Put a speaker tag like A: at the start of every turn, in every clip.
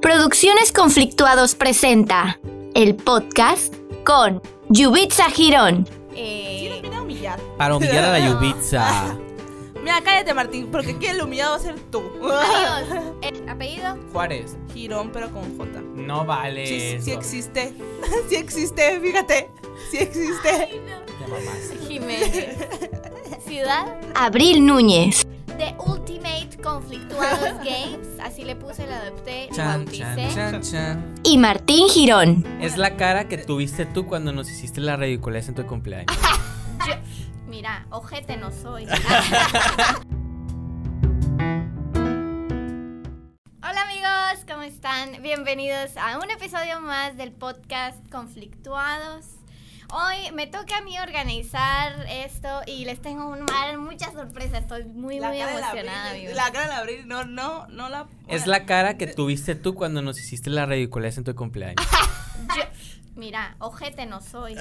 A: Producciones Conflictuados presenta el podcast con Yubitsa Girón.
B: Eh,
C: Sí, nos humillar.
D: Para humillar a la Yubitsa.
C: Mira, cállate, Martín, porque aquí el humillado va a ser tú.
B: Adiós. Eh, apellido.
D: Juárez,
C: Girón, pero con J.
D: no vale.
C: Sí, sí,
D: eso.
C: sí existe. Sí existe, fíjate. Sí existe.
D: Ya mamás.
B: Jiménez. Ciudad
A: Abril Núñez.
B: de Ultimate Conflictuados Games. Así le puse, lo adopté, lo
D: Chan, chan,
B: bauticé.
D: chan, chan.
A: Y Martín Girón.
D: Es la cara que tuviste tú cuando nos hiciste la ridiculez en tu cumpleaños.
B: Mira, ojete no soy. Hola amigos, ¿cómo están? Bienvenidos a un episodio más del podcast Conflictuados. Hoy me toca a mí organizar esto y les tengo un, muchas sorpresas. Estoy muy, muy
C: de la
B: emocionada,
C: Abril,
B: amigos.
C: La cara de la Abril, no, no, no la.
D: Es la cara que tuviste tú cuando nos hiciste la ridiculez en tu cumpleaños.
B: Yo- mira, ojete no soy.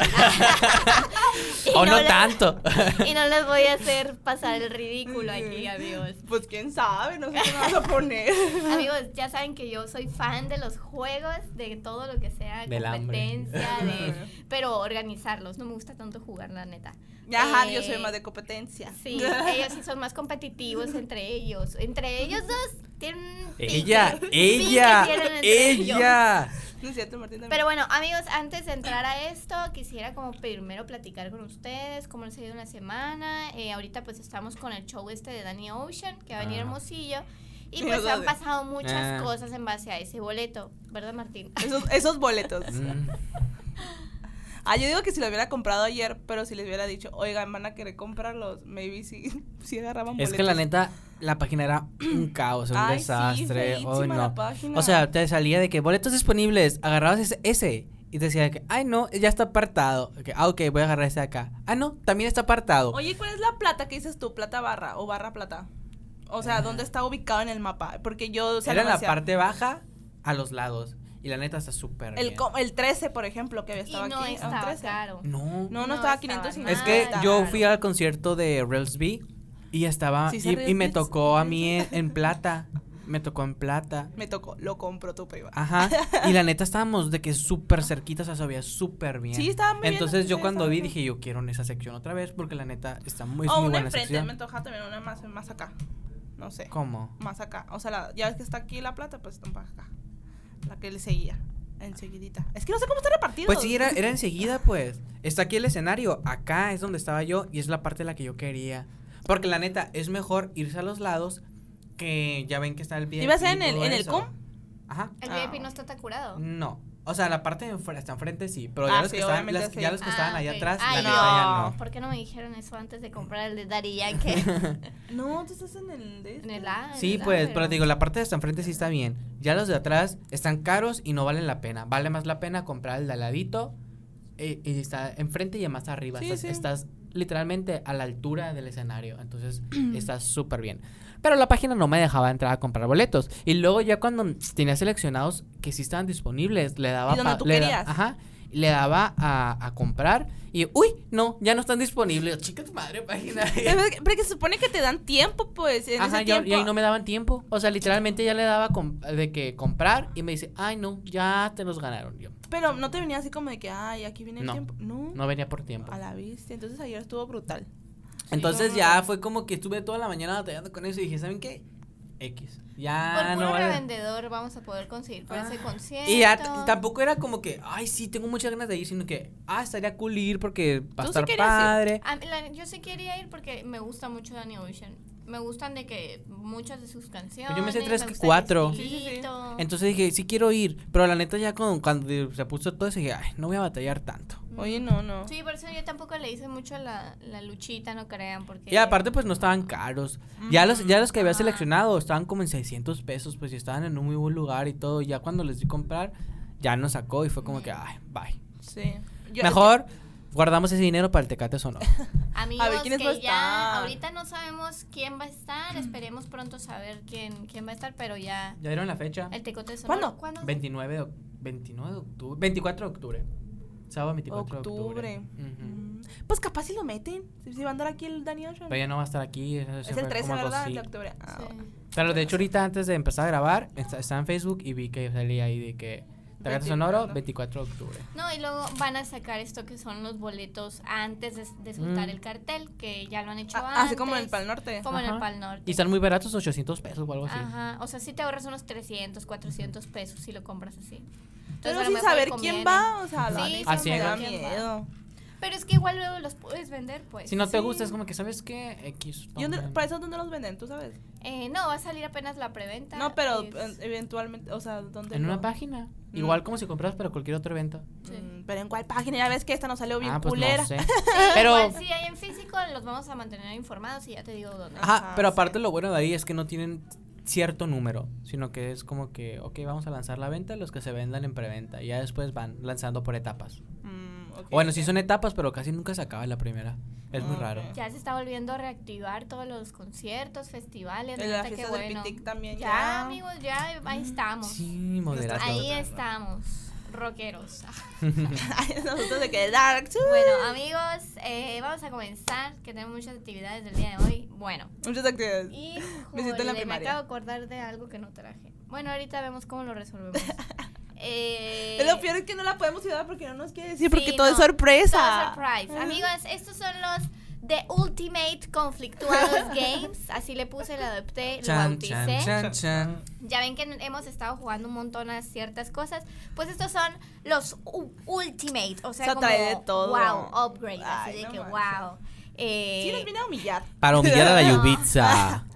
B: Y
D: o no
B: les-
D: tanto.
B: Y no les voy a hacer pasar el ridículo aquí, amigos.
C: Pues quién sabe, no sé qué nos vas a poner.
B: Amigos, ya saben que yo soy fan de los juegos, de todo lo que sea
D: Del hambre.
B: competencia, de, pero organizarlos. No me gusta tanto jugar, la neta.
C: Ya, ajá,
B: Eh,
C: yo soy más de competencia.
B: Sí, ellos sí son más competitivos entre ellos. Entre ellos dos tienen. un pique,
D: ella,
B: un pique
D: ella,
B: tienen entre ellos.
D: ella.
C: No es cierto, Martín también.
B: Pero bueno, amigos, antes de entrar a esto, quisiera como primero platicar con ustedes cómo les ha ido en la semana. Eh, ahorita pues estamos con el show este de Danny Ocean, que va a venir
D: Ah.
B: hermosillo. Y
C: Sí,
B: pues
C: lo
B: han
C: de-
B: pasado
D: Ah.
B: muchas cosas en base a ese boleto, ¿verdad Martín?
C: Esos, esos boletos.
D: Mm,
C: Ah, yo digo que si lo hubiera comprado ayer, pero si les hubiera dicho, oigan, van a querer comprarlos, maybe sí, sí agarraban boletos.
D: Es que la neta, la página era un caos, un
C: Ay, sí,
D: desastre. Ay,
C: feísima la
D: no.
C: página.
D: O sea, te salía de que boletos disponibles, agarrabas ese, ese, y te decía de que, ay no, ya está apartado. Ok, ah, ok, voy a agarrar ese de acá. Ah, no, también está apartado.
C: Oye, ¿cuál es la plata que dices tú? ¿Plata barra o barra plata? O sea, ¿dónde está ubicado en el mapa? Porque yo... o sea,
D: Era la
C: demasiado-
D: parte baja a los lados. Y la neta está súper
C: El,
D: bien.
C: co- el 13, por ejemplo, que había
B: Y
C: estado
B: no
C: aquí. era un
B: estaba
C: 13.
B: caro.
D: No.
C: No, no,
B: No
C: estaba
B: estaba
C: 550.
D: es que
B: nada.
D: yo fui al concierto de Railsby y estaba.
C: Sí, se
D: y, y me
C: Railsby.
D: tocó a mí en, en plata. Me tocó en plata.
C: Me tocó, lo compro tu prima.
D: Ajá. Y la neta estábamos de que súper cerquitas, o sea, se veía súper bien.
C: Sí, estaba muy bien,
D: Entonces yo
C: sí,
D: cuando
C: estaba
D: vi
C: bien.
D: dije, yo quiero en esa sección otra vez porque la neta está muy, es
C: o
D: muy
C: una
D: buena
C: enfrente, me
D: sección.
C: antoja también una más, más acá. No sé.
D: ¿Cómo?
C: Más acá. O sea, la- ya ves que está aquí la plata, pues está más acá. La que le seguía. Enseguidita. Es que no sé cómo está repartido.
D: Pues sí, era, era enseguida, pues. Está aquí el escenario, acá es donde estaba yo y es la parte de la que yo quería. Porque la neta, es mejor irse a los lados que ya ven que está el VIP.
C: ¿Ibas en
D: y
C: el-
D: todo
C: en el
D: eso.
C: com?
D: Ajá.
B: El
C: Ah.
B: VIP no está tan curado.
D: No. O sea, la parte de enfre- hasta enfrente sí, pero
C: Ah,
D: ya,
C: sí,
D: los, que estaban,
C: obviamente
D: las-
C: sí.
D: ya los que estaban
B: Ah,
D: allá
B: ok.
D: atrás,
B: Ay,
D: la
C: no.
D: neta ya no.
B: ¿Por qué no me dijeron eso antes de comprar el de Daddy Yankee?
C: No, tú estás en el... de
B: en
C: este.
B: el A. en
D: Sí,
B: el A,
D: pues, pero te digo, la parte de hasta enfrente sí está bien. Ya los de atrás están caros y no valen la pena. Vale más la pena comprar el de al ladito eh, y está enfrente y más arriba.
C: Sí,
D: estás,
C: sí.
D: estás literalmente a la altura del escenario. Entonces, está súper bien. Pero la página no me dejaba entrar a comprar boletos. Y luego ya cuando tenía seleccionados que sí estaban disponibles, le daba...
C: ¿Y donde
D: pa-
C: tú
D: le da-
C: querías?
D: ajá. y Le daba a, a comprar y, uy, no, ya no están disponibles. Chica tu madre, página.
C: Pero es que- pero que se supone que te dan tiempo, pues. En
D: Ajá,
C: ese
D: y ahor-
C: tiempo.
D: y ahí no me daban tiempo. O sea, literalmente ya le daba com- de que comprar y me dice, ay, no, ya te los ganaron. Yo,
C: Pero no te venía así como de que, ay, aquí viene el
D: No.
C: tiempo. No.
D: no venía por tiempo.
C: A la vista. Entonces ayer estuvo brutal.
D: Entonces
C: no,
D: ya fue como que estuve toda la mañana batallando con eso y dije, ¿saben qué? X. Ya
B: Por
D: ah, no
B: puro
D: vale. Ah.
B: revendedor vamos a poder conseguir para ese concierto.
D: Y ya t- y tampoco era como que, ay, sí, tengo muchas ganas de ir, sino que, ah, estaría cool ir porque va a
C: sí
D: estar
C: querías ir. Ah,
D: padre.
B: A mí, la- yo sí quería ir porque me gusta mucho Danny Ocean. Me gustan de que muchas de sus canciones.
D: Pues yo me sé tres
B: me
D: que
B: gusta el
D: cuatro.
C: Sí, sí, sí.
B: estilito.
D: Entonces dije, sí quiero ir, pero la neta ya con- cuando se puso todo eso dije, ay, no voy a batallar tanto.
C: Oye, no, no.
B: Mm. Sí, por eso yo tampoco le hice mucho la, la luchita, no crean, porque...
D: Y aparte, pues no estaban caros. Ya los, ya los que había
B: Ajá.
D: seleccionado estaban como en 600 pesos, pues y estaban en un muy buen lugar y todo. Ya cuando les di comprar, ya nos sacó y fue como que, ay, bye.
C: Sí. Yo-
D: Mejor guardamos ese dinero para el tecate sonoro.
B: Amigos,
C: A ver, ¿quiénes
B: que
C: va a
B: ya
C: estar?
B: ahorita no sabemos quién va a estar,
D: Mm.
B: esperemos pronto saber quién, quién va a estar, pero ya...
D: ¿Ya dieron la fecha?
B: El tecote
C: ¿Cuándo?
B: sonoro, ¿Cuándo?
D: 29 de, oc- 29 de octubre. 24 de octubre. Sábado 24 de
C: Octubre.
D: octubre. Ujú.
C: Mm, Pues capaz si lo meten. Si, si va a andar aquí el Daniel Ocean.
D: Pero ya no va a estar aquí.
C: Es el 13, ¿verdad? El de octubre. Ah,
B: Sí.
C: bueno.
D: Pero de hecho, ahorita antes de empezar a grabar, está- estaba en Facebook y vi que salía ahí de que Tarjeta
C: 24,
D: Sonoro,
C: ¿no?
D: 24 de octubre.
B: No, y luego van a sacar esto que son los boletos antes de, de soltar
D: Mm.
B: el cartel, que ya lo han hecho
C: Ah,
B: antes.
C: Así como en el Pal Norte.
B: Como en el
D: Ajá.
B: Pal Norte.
D: Y están muy baratos, 800 pesos o algo así.
B: Ajá, o sea, si te ahorras unos 300, 400 pesos si lo compras así. Entonces, a
C: Pero
B: lo
C: sin
B: mejor
C: saber
B: conviene.
C: quién va, o sea,
B: Sí,
C: la
B: sin
C: neta me
D: saber
C: da
B: quién va.
C: miedo.
B: Pero es que igual luego los puedes vender, pues.
D: Si no te
C: Sí.
D: gusta, es como que, ¿sabes qué? X.
C: ¿Y dónde-
D: tomen.
C: ¿Para eso dónde los venden? ¿Tú sabes?
B: Eh, no, va a salir apenas la preventa.
C: No, pero
B: es-
C: eh, eventualmente, o sea, ¿dónde?
D: En
C: lo-
D: una página.
C: Mm.
D: Igual como si compras para cualquier otro evento.
B: Sí.
C: Mm, Pero en cuál página, ya ves que esta nos salió bien
D: Ah, pues
C: culera.
D: no sé.
B: Igual
D: Pero,
B: si hay en físico, los vamos a mantener informados y ya te digo dónde.
D: ajá, pero
C: Ajá,
D: aparte lo bueno de ahí es que no tienen cierto número, sino que es como que, ok, vamos a lanzar la venta, los que se vendan en preventa, y ya después van lanzando por etapas.
C: Mm, ok.
D: O Bueno, sí son etapas, pero casi nunca se acaba la primera. Es muy
C: Ah,
D: raro.
C: ok.
B: Ya se está volviendo a reactivar todos los conciertos, festivales.
C: En la
B: neta, qué
C: fiesta del
B: bueno.
C: Pitic también
B: Ya,
C: ya.
B: amigos, ya ahí estamos.
D: Mm, Sí, moderado.
B: ahí estamos, rockeros.
C: Ay, Nosotros de que Dark. uh,
B: Bueno, amigos, eh, vamos a comenzar, que tenemos muchas actividades del día de hoy. Bueno,
C: Muchas actividades.
B: y
C: Me siento en la
B: me
C: primaria.
B: acabo de acordar de algo que no traje. Bueno, ahorita vemos cómo lo resolvemos. Eh,
C: Lo peor es que no la podemos ayudar porque no nos quiere decir,
B: Sí,
C: porque todo es
B: no.
C: sorpresa. Ah,
B: Todo surprise. Amigos, estos son los The Ultimate Conflictuados Games. Así le puse, lo adopté, lo
D: Chan,
B: bauticé.
D: chan, chan, chan.
B: Ya ven que n- hemos estado jugando un montón a ciertas cosas. Pues estos son los u- Ultimate. O sea,
C: O sea,
B: como,
C: trae de todo.
B: wow, upgrade.
C: Ay,
B: así de
C: no
B: que
C: manches.
B: wow. Eh,
C: Sí, nos viene a humillar.
D: Para humillar a la
B: No.
D: Yubitsa.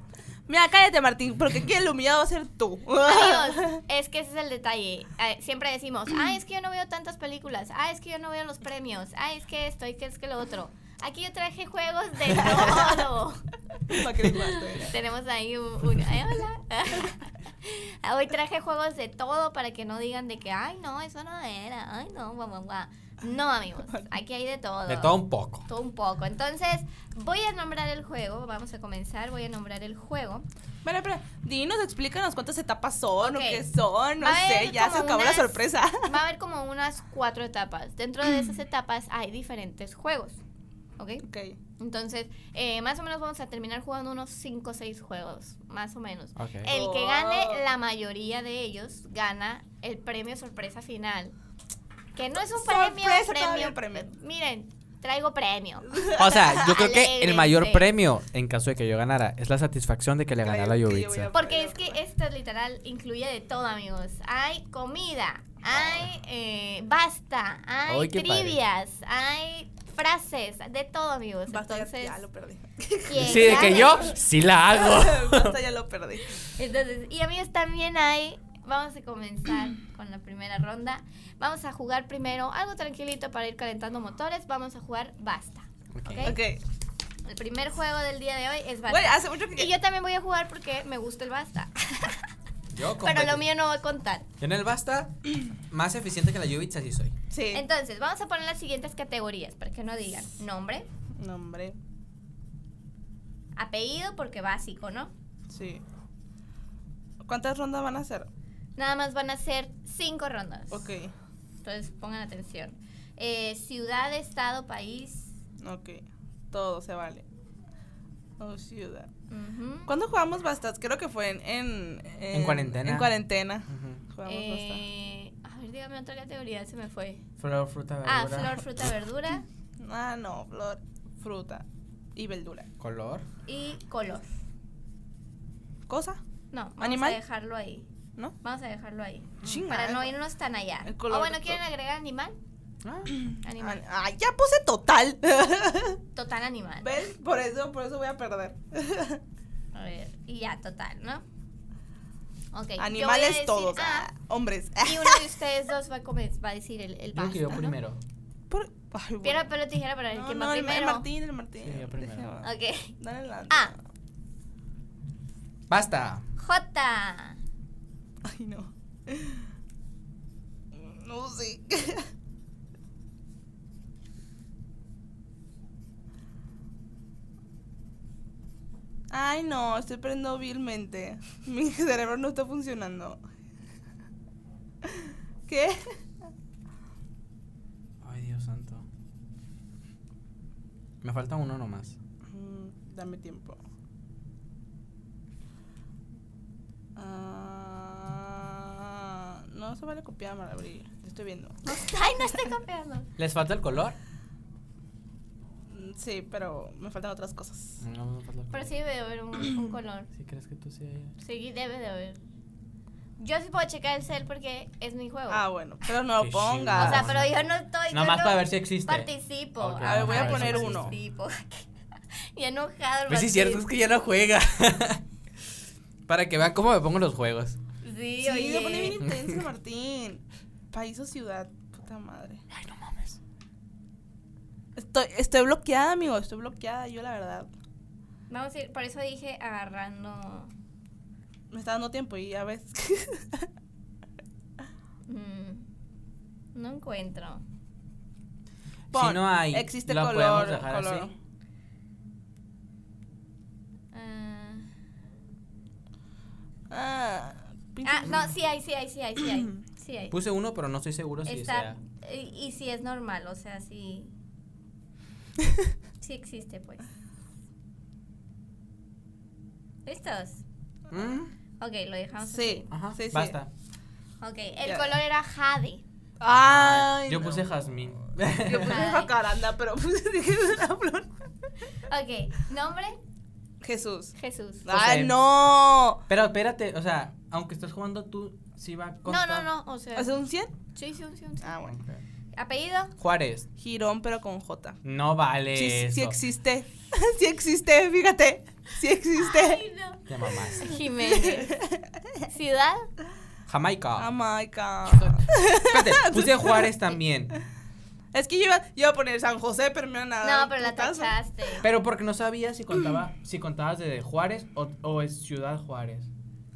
C: Mira, cállate, Martín, porque aquí el humillado va a ser tú.
B: Amigos, es que ese es el detalle. Eh, siempre decimos, ah, es que yo no veo tantas películas, ah, es que yo no veo los premios, ah, es que esto, y que es que lo otro. Aquí yo traje juegos de todo.
C: Pa' que le guste.
B: Tenemos ahí un... un- ay, hola. Hoy traje juegos de todo para que no digan de que, ay, no, eso no era, ay, no, guau, guau, guau. No, amigos, aquí hay de todo.
D: De todo un poco.
B: Todo un poco. Entonces, voy a nombrar el juego, vamos a comenzar, voy a nombrar el juego.
C: Espera, espera. Dinos, explícanos cuántas etapas son
B: Ok.
C: o qué son, no
B: Va a haber
C: sé, ya se
B: como
C: acabó
B: unas-
C: la sorpresa. Mm.
B: Va a haber como unas cuatro etapas. Dentro de esas etapas hay diferentes juegos. ¿Ok?
C: Ok.
B: Entonces, eh, más o menos vamos a terminar jugando unos 5 o 6 juegos. Más o menos.
D: Ok.
B: El que
C: Oh.
B: gane la mayoría de ellos gana el premio sorpresa final. Que no es un premio,
C: Sorpresa,
B: premio,
C: todavía premio.
B: eh, Miren, traigo premio.
D: O sea, yo creo que el mayor
B: Alégrense.
D: premio, en caso de que yo ganara, es la satisfacción de que le gané a la
C: Creo que yo voy
D: Yubitsa.
C: a-
B: Porque es que esto literal incluye de todo, amigos. Hay comida,
C: Ah.
B: hay eh, basta, hay
D: Ay, qué padre.
B: trivias, hay frases, de todo, amigos.
C: Basta, ya-
B: Entonces,
C: ya lo perdí.
B: quien
D: Sí, de que
B: gane-
D: yo sí la hago.
C: Basta, ya lo perdí.
B: Entonces, y amigos, también hay. Vamos a comenzar con la primera ronda. Vamos a jugar primero algo tranquilito para ir calentando motores. Vamos a jugar basta.
C: Ok.
B: El primer juego del día de hoy es basta.
C: Güey, hace mucho que.
B: y yo también voy a jugar porque me gusta el basta.
D: Yo
B: Pero lo mío no va a contar.
D: en el basta, más eficiente que la Yubitsa sí soy.
C: Sí.
B: Entonces, vamos a poner las siguientes categorías para que no digan nombre,
C: No, hombre.
B: apellido, porque básico, ¿no?
C: Sí. ¿Cuántas rondas van a hacer?
B: Nada más van a ser cinco rondas.
C: Ok.
B: Entonces, pongan atención. Eh, ciudad, estado, país.
C: Ok. Todo se vale. Oh, ciudad.
B: ujú.
C: ¿Cuándo jugamos bastas? Creo que fue en. En,
D: cuarentena.
C: En cuarentena.
D: Ujú.
C: Jugamos
B: Eh, a ver, dígame otra categoría, se me fue.
D: Flor, fruta,
B: Ah,
D: verdura.
B: flor, fruta, verdura
C: bastas. Ah, no. Flor, fruta y verdura.
D: Color.
B: y color.
C: ¿Cosa?
B: No, vamos
C: ¿Animal?
B: a dejarlo ahí.
C: ¿no?
B: Vamos a dejarlo ahí.
C: Chinga,
B: Para no
C: eh.
B: irnos tan allá.
C: El
B: O
C: color
B: bueno,
C: de
B: ¿quieren
C: todo.
B: agregar animal?
D: Ah.
B: Animal.
C: Ah, ya puse total.
B: Total animal.
C: ¿Ves? Por eso, por eso voy a perder.
B: A ver, y ya, total, ¿no? Ok. yo voy a
C: Animales
B: decir
C: todos.
B: A,
C: ah, hombres.
B: y uno de ustedes dos va a, comer- va a decir el, el
D: Yo creo que yo
B: basta, ¿no?
D: primero.
C: Por- ay, bueno.
B: Piedra, papel o tijera para ver
C: No,
B: quién
C: no,
B: va
C: el-
B: primero. Ah.
C: El Martín, el Martín.
D: Sí, yo primero.
C: Déjame-
B: Ok.
C: Dale la.
B: A.
D: Basta.
B: J.
C: Ay, no. No sé. Ay, no, estoy perdiendo vilmente. Mi cerebro no está funcionando. ¿Qué?
D: Ay, Dios santo. Me falta uno nomás.
C: Mm, Dame tiempo. Ah, No, se vale copiar, Marabri. Te estoy viendo.
B: No, ay, no estoy copiando.
D: ¿Les falta el color?
C: Mm, Sí, pero me faltan otras cosas.
D: No, no falta el
B: Pero
D: color.
B: sí debe de haber un, un color.
D: ¿Sí crees que tú sí?
B: Sí, debe de haber. Yo sí puedo checar el cel porque es mi juego.
C: Ah, bueno, pero no
D: Qué
C: lo pongas.
B: o sea,
D: bueno.
B: pero yo no estoy. yo
D: Nomás
B: no
D: para ver si existe.
B: Participo. Ah,
D: Ok,
C: A ver, voy a
D: ajá, eso
C: poner
D: sí.
C: uno.
B: Participo. y enojado. el
D: Pues sí, es cierto, es que ya no juega. Para que vean cómo me pongo los juegos.
B: Martín.
C: Sí,
B: Sí,
C: se
B: oye.
C: pone bien intenso, Martín. País o ciudad, puta madre.
D: Ay, no mames.
C: Estoy, estoy bloqueada, amigo, estoy bloqueada, yo la verdad.
B: Vamos a ir, por eso dije agarrando.
C: Me está dando tiempo y ya ves.
B: mm, no encuentro.
C: Pon,
D: si no hay,
C: existe
D: la
C: color,
D: podemos dejar
C: color.
D: así.
B: Ah,
C: Ah, pinche-
B: ah, no, sí hay, sí hay, sí hay, sí hay. Sí hay.
D: Puse uno, pero Pues, no estoy seguro si sea.
B: Está, y, y si es normal, o sea, sí. sí existe, pues. ¿Listos?
D: Mm,
B: Ok, lo dejamos.
C: Sí,
D: Ajá,
C: sí, sí.
D: basta.
B: así. Ok, el
C: Ya.
B: color era jade.
C: Ay,
D: Yo
C: no.
D: puse jazmín.
C: Yo puse
B: Ay.
C: jacaranda, pero puse dije una flor.
B: Ok, nombre
C: Jesús.
B: Jesús.
D: José.
C: Ay, no.
D: pero espérate, o sea, aunque estás jugando tú, sí va a
B: No,
D: contar.
B: no, no, o sea.
C: ¿Es un 100?
B: Sí, sí, sí, sí.
C: Ah, bueno.
D: Ok.
B: Apellido
D: Juárez.
C: Girón, pero con J.
D: No vale.
C: Sí, sí, sí
D: eso.
C: existe. Sí existe, fíjate. Sí existe.
B: Ay, no.
D: Te mamás.
B: Jiménez. Ciudad
D: Jamaica.
C: Oh my god.
D: Espérate, puse Juárez también.
C: Es que yo iba, yo iba a poner San José, pero me iban a dar
B: No, pero la
C: un putazo.
B: tachaste.
D: Pero porque no sabía si contaba, si contabas de Juárez o, o es Ciudad Juárez.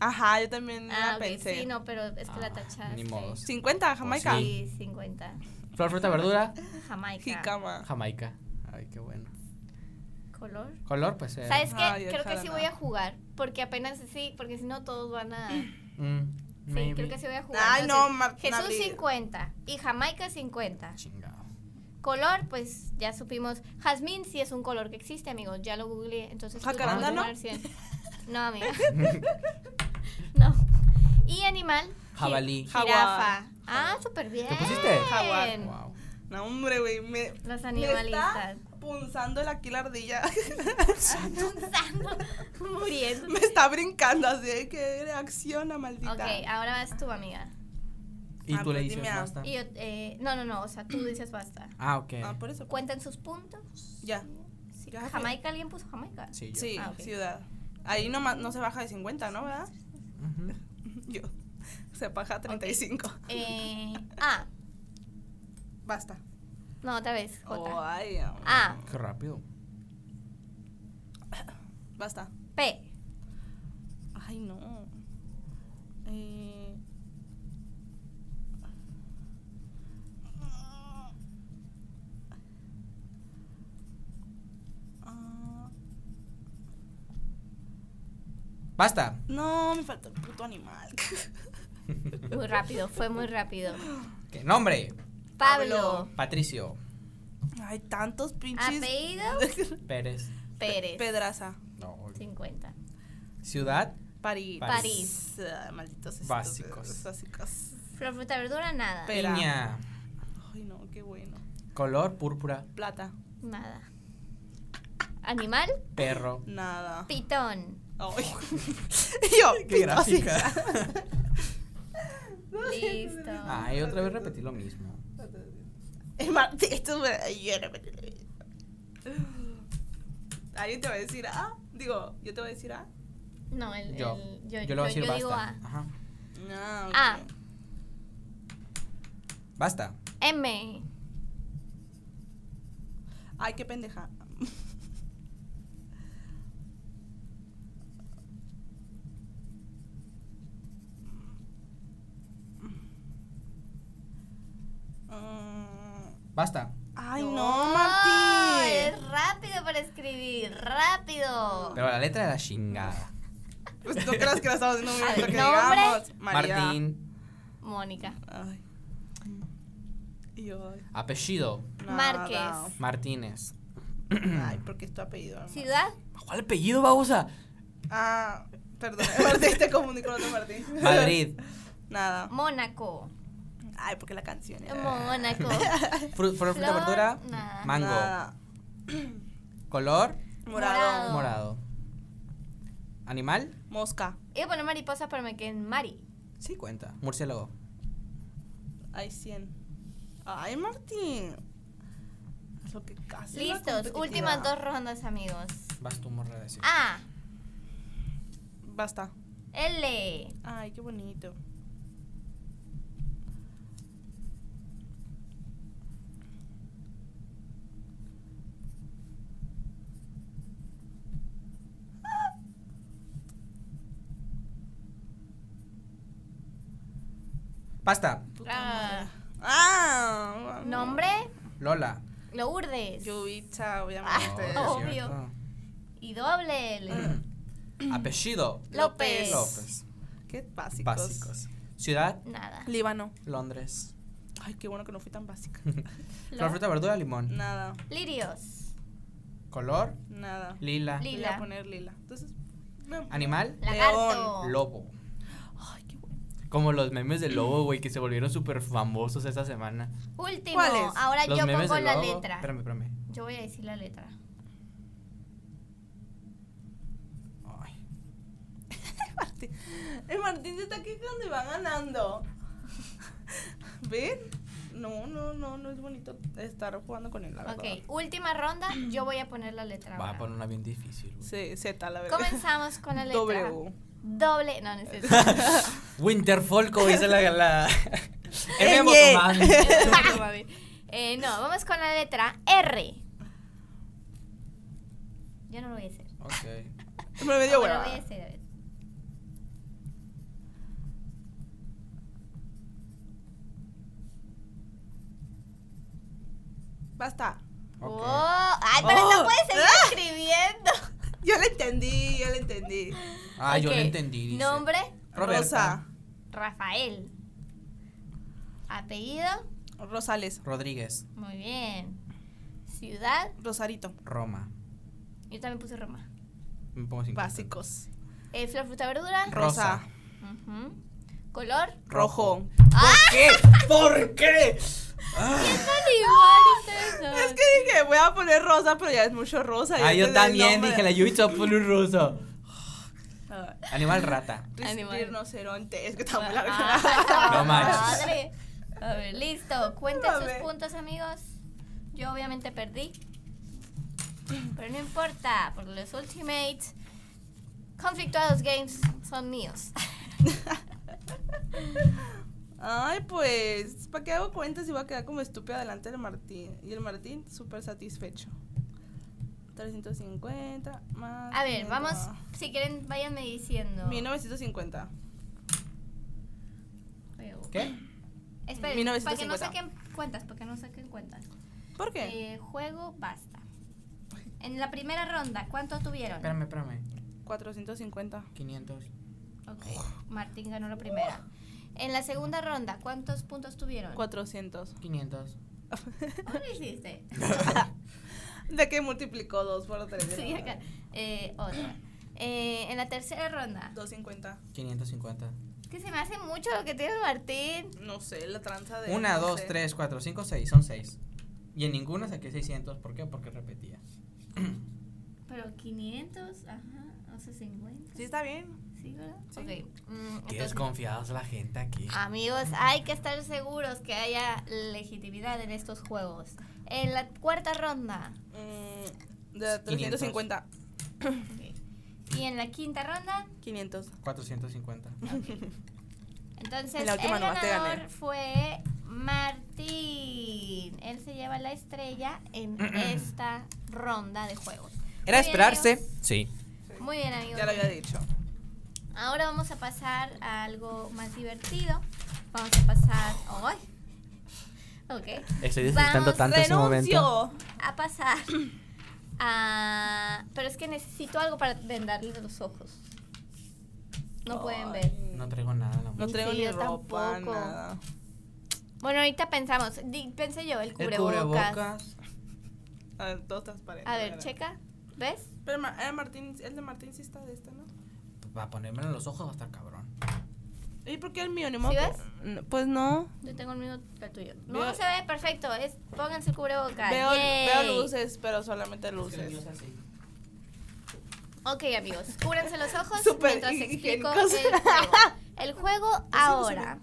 C: Ajá, yo también
B: Ah,
C: la
B: ok,
C: pensé.
B: sí, no, pero es que
D: Ah,
B: la tachaste.
D: ni modos.
C: 50, Jamaica.
D: Pues Sí.
B: Sí, 50.
D: Flor, fruta, verdura.
B: Jamaica.
C: Jicama.
D: Jamaica. Ay, qué bueno.
B: Color.
D: Color, pues. eh,
B: ¿Sabes qué?
C: Ay, el
B: creo que sí
C: jarana.
B: voy a jugar. Porque apenas sí, porque si no todos van a. Sí,
D: mm, maybe.
B: creo que sí voy a jugar.
C: Ay, no,
B: Entonces,
C: Mar-
B: Jesús
C: Nabri.
B: 50 y Jamaica 50.
D: Chingado.
B: Color, pues ya supimos. Jazmín sí es un color que existe, amigos. Ya lo googleé. Entonces, tú
C: Jacaranda,
B: puedes
C: Ah, ¿no?
B: poner 100. No, amiga. no. ¿Y animal?
D: Jabalí.
C: Ja-
B: Jirafa. Ah, súper bien.
D: ¿Qué pusiste?
C: Jaguar.
D: Wow.
C: No, hombre, güey. Me,
B: Los
C: me está
B: animalistas.
C: punzando el aquí la ardilla.
B: Punzando, muriendo.
C: me está brincando así de que reacciona, maldita.
B: Ok, ah. ahora vas tú, amiga.
D: Y
C: Ah,
D: tú le
C: pues
D: dices
C: dime a-
D: basta.
B: Y yo, eh, no, no, no, o sea, tú dices basta.
D: Ah, ok.
C: Ah, por eso.
B: ¿Cuentan sus puntos?
C: Ya.
B: Sí.
C: Ya, ok.
B: ¿Jamaica? ¿Alguien puso Jamaica?
D: Sí, yo.
C: Sí,
B: Ah, ok.
C: ciudad. Ahí no, no se baja de 50, ¿no? ¿Verdad?
D: Ujú.
C: Yo. Se baja a 35.
B: Eh, ah,
C: Basta.
B: no, otra vez, J.
C: Oh, ay, amor.
B: Ah.
D: Qué rápido.
C: Basta.
B: P.
C: Ay, no. Eh. Ah,
D: Basta.
C: No, me falta el puto animal.
B: Muy rápido, fue muy rápido.
D: ¿Qué? Nombre.
B: Pablo.
D: Patricio.
C: Hay tantos pinches.
B: Apellido.
D: Pérez.
B: Pérez.
C: Pedraza.
D: No.
B: 50.
D: Ciudad.
C: París.
B: París.
C: Ah, malditos estos-
D: Básicos.
C: Básicos.
B: Flor, fruta, verdura, nada.
C: Pe- Pera.
D: Piña.
C: Ay, no, qué bueno.
D: Color púrpura.
C: Plata.
B: Nada. Animal.
D: Perro.
C: Nada.
B: Pitón.
C: Ay. Yo,
D: Qué
C: pito, sí.
D: gráfica.
B: Listo.
D: Ay, otra vez repetí lo mismo.
C: Es Martín, esto me ayer. Alguien te va a decir ah, digo, yo te voy a decir ah.
B: No, el,
D: Yo.
B: el-
D: Yo, le voy a decir
B: yo
D: basta.
B: digo A.
D: Ajá.
C: No.
B: Ah.
D: Basta.
B: M.
C: Ay, qué pendeja. Mm.
D: Basta.
C: Ay, no,
B: Ay,
C: Martín.
B: rápido para escribir, rápido.
D: Pero la letra de la chingada.
C: Pues no creas que la estamos haciendo muy bien porque
B: ¿Nombre?
C: digamos. María.
D: Martín.
B: Mónica.
C: Ay. Y yo, ay,
D: Apellido.
B: Márquez.
C: nada.
D: Martínez.
C: Ay, porque es tu apellido. hermano.
B: Ciudad.
D: ¿Cuál apellido, babosa?
C: Ah, perdón. Martín, te comunico con otro Martín.
D: Madrid.
C: Nada.
B: Mónaco.
C: Ay, porque la canción era-
B: Mónaco.
D: Fru- flor, fruta,
B: Flor,
D: verdura,
B: nada.
D: mango.
C: Nada.
D: Color,
C: Morado.
B: Morado.
D: morado. Animal,
C: Mosca.
B: Iba a poner mariposa, pero me quedé en Mari.
D: sí cuenta. Murciélago.
C: Ay, 100. Ay, Martín. Es lo que casi. la
B: Listos,
C: competitiva.
B: últimas dos rondas, amigos.
D: Vas tú, morra, a decir.
B: A,
C: Basta.
B: L,
C: Ay, qué bonito.
D: Pasta,
C: Puta
B: Ah.
C: madre. Ah,
B: nombre,
D: Lola.
B: Lourdes.
C: Yubitsa, obviamente.
B: Ah,
D: es
B: obvio.
D: cierto.
B: Y doble L.
D: Apellido,
B: López.
D: López.
C: Qué básicos.
D: Básicos. Ciudad,
B: Nada.
C: Líbano.
D: Londres.
C: Ay, qué bueno que no fui tan básica.
D: Flor, fruta, verdura, limón.
C: nada,
B: Lirios.
D: Color,
C: nada.
D: lila.
B: Li-
C: Voy
B: Lila.
C: a poner lila. Entonces, no.
D: Animal,
B: Lagarto.
D: lobo.
C: Ay, qué bueno.
D: Como los memes del lobo, güey, que se volvieron súper famosos esta semana.
B: Último.
C: ¿Cuál es?
B: Ahora
D: Los
B: yo
D: memes
B: pongo
D: del
B: la
D: lobo.
B: letra.
D: Espérame, espérame.
B: Yo voy a decir la letra.
D: Ay.
C: Martín. El Eh, Martín se está quejando y va ganando. ¿Ven? No, no, no, no es bonito estar jugando con él, la verdad.
B: Ok, última ronda. Yo voy a poner la letra.
D: Va a
B: ahora.
D: poner una bien difícil, güey.
C: Sí, Z, la verdad.
B: Comenzamos con la letra.
C: W.
B: Doble. No, no es cierto.
D: Winterfall, como dice la. la...
C: Eh,
D: M.
C: yeah.
D: Motomami.
B: No, mami. Eh, no, vamos con la letra R. Yo no lo voy a hacer.
D: Ok.
C: Me dio
B: Ahora
C: hueva.
B: voy a hacer, a ver.
C: Basta.
D: Ok.
B: Oh, ay, pero
C: Oh.
B: no puedes seguir escribiendo.
C: Yo le entendí, yo le entendí.
D: Ah, yo
B: Ok,
D: lo entendí. dice.
B: Nombre,
D: Roberta.
C: Rosa.
B: Rafael. Apellido,
C: Rosales.
D: Rodríguez,
B: muy bien. Ciudad,
C: Rosarito.
D: Roma.
B: yo también puse Roma.
D: Me pongo cincuenta.
C: Básicos.
B: Eh, flor, fruta, verdura.
D: Rosa.
C: Rosa.
B: Ujú. Color.
C: Rojo.
D: ¿Por qué? ¿Por qué?
B: Son iguales, ustedes dos.
C: Es que dije, voy a poner rosa, pero ya es mucho rosa.
D: Ah, yo también dije la
C: la
D: Yubi un ruso.
C: Ah,
D: Animal rata.
B: Animal.
C: Rinoceronte, es que está muy
B: Ah,
C: larga.
D: No manches.
B: madre. A ver, listo. Cuenten
C: A
B: sus
C: ver.
B: puntos, amigos. Yo obviamente perdí. Pero no importa, porque los Ultimates Conflictuados Games son míos. ah.
C: Ay, pues, ¿para qué hago cuentas si voy a quedar como estúpida delante del Martín? Y el Martín, súper satisfecho. 350 más.
B: A ver,
C: 500.
B: vamos. Si quieren, váyanme diciendo.
C: 1950.
D: ¿Qué?
B: Esperen,
C: 1950.
B: para que no saquen cuentas, para que no saquen cuentas.
C: ¿Por qué?
B: Eh, juego, basta. En la primera ronda, ¿cuánto tuvieron?
D: Espérame, espérame.
C: 450.
D: 500.
B: Ok, Martín ganó la primera. En la segunda ronda, ¿cuántos puntos tuvieron?
C: 400.
D: 500.
B: ¿Cómo lo hiciste?
C: De que multiplicó 2 por 3.
B: Sí, acá. Eh, otra. Eh, en la tercera ronda.
C: 250.
D: 550.
B: Es que se me hace mucho lo que tiene Martín.
C: No sé, la tranza de.
D: 1,
C: no
D: 2,
C: sé.
D: 3, 4, 5, 6. Son 6. Y en ninguna saqué 600. ¿Por qué? Porque repetía.
B: Pero 500, ajá, o sea, 50.
C: Sí, está bien.
B: ¿Sí, verdad?
C: Sí.
B: Ok, mm,
D: Qué
B: entonces, Ah.
D: desconfiados la gente aquí.
B: amigos, hay que estar seguros que haya legitimidad en estos juegos. En la cuarta ronda.
C: Mm, de 350.
B: ok. Y en la quinta ronda,
C: 500.
D: 450.
B: Entonces,
C: En la última
B: el
C: nomás te
B: ganador
C: gané.
B: fue Martín. Él se lleva la estrella
C: Mm,
B: en esta ronda de juegos.
D: ¿Era
B: Muy bien,
D: esperarse?
B: amigos.
D: Sí.
B: Muy bien, amigos.
C: Ya lo había dicho.
B: Ahora vamos a pasar a algo más divertido. Vamos a pasar. ¡Ay! Ok.
D: Estoy
B: disfrutando
D: disfrutando
B: Vamos, tanto
D: tanto ese momento.
B: A pasar a. Pero es que necesito algo para vendarles los ojos. No pueden ver.
D: No traigo nada, la
C: No
D: mujer.
C: traigo
B: Sí,
C: ni
B: yo
C: ropa,
B: tampoco.
C: nada.
B: Bueno, ahorita pensamos. Di- pensé yo,
D: El cubrebocas.
C: A ver, todo transparente.
B: A ver, checa. ¿Ves?
C: Pero Ma- eh, Martín, el de Martín sí está de este, ¿no?
D: Para ponérmelo en los ojos va a estar cabrón.
C: ¿Y por qué el mío? Ni modo
B: ¿Sí
C: que-
B: ves?
C: N- Pues no.
B: Yo tengo el mismo que el tuyo. No,
C: Veo-
B: se ve perfecto. Es, pónganse el cubrebocas.
C: Veo, eh.
B: Yay.
C: veo luces, pero solamente luces.
B: Ok, amigos, cúbranse los ojos
C: Súper
B: mientras explico el
C: higiénicos.
B: juego. El juego ahora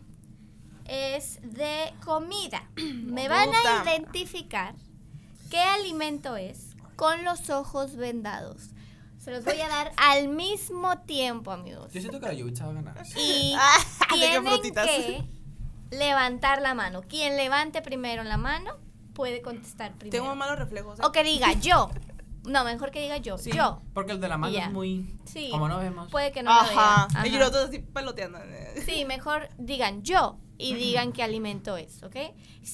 B: es de comida. Me van a
C: Puta.
B: identificar qué alimento es con los ojos vendados. Se los voy a dar al mismo tiempo, amigos.
D: Yo siento que la Yubitsa va a ganar.
B: Y
C: de qué
B: tienen
C: frutitas.
B: que levantar la mano. Quien levante primero la mano puede contestar primero.
C: Tengo malos reflejos. ¿eh?
B: o que diga yo. No, mejor que diga yo. Yo.
D: Porque el de la mano
B: Y ya.
D: es muy.
B: Sí. Pues.
D: Como no vemos.
B: Puede que no lo
C: Ajá.
B: vean.
C: Y
B: Ajá.
C: los dos así peloteando. ¿eh?
B: Sí, mejor digan yo y digan qué alimento es, ¿ok?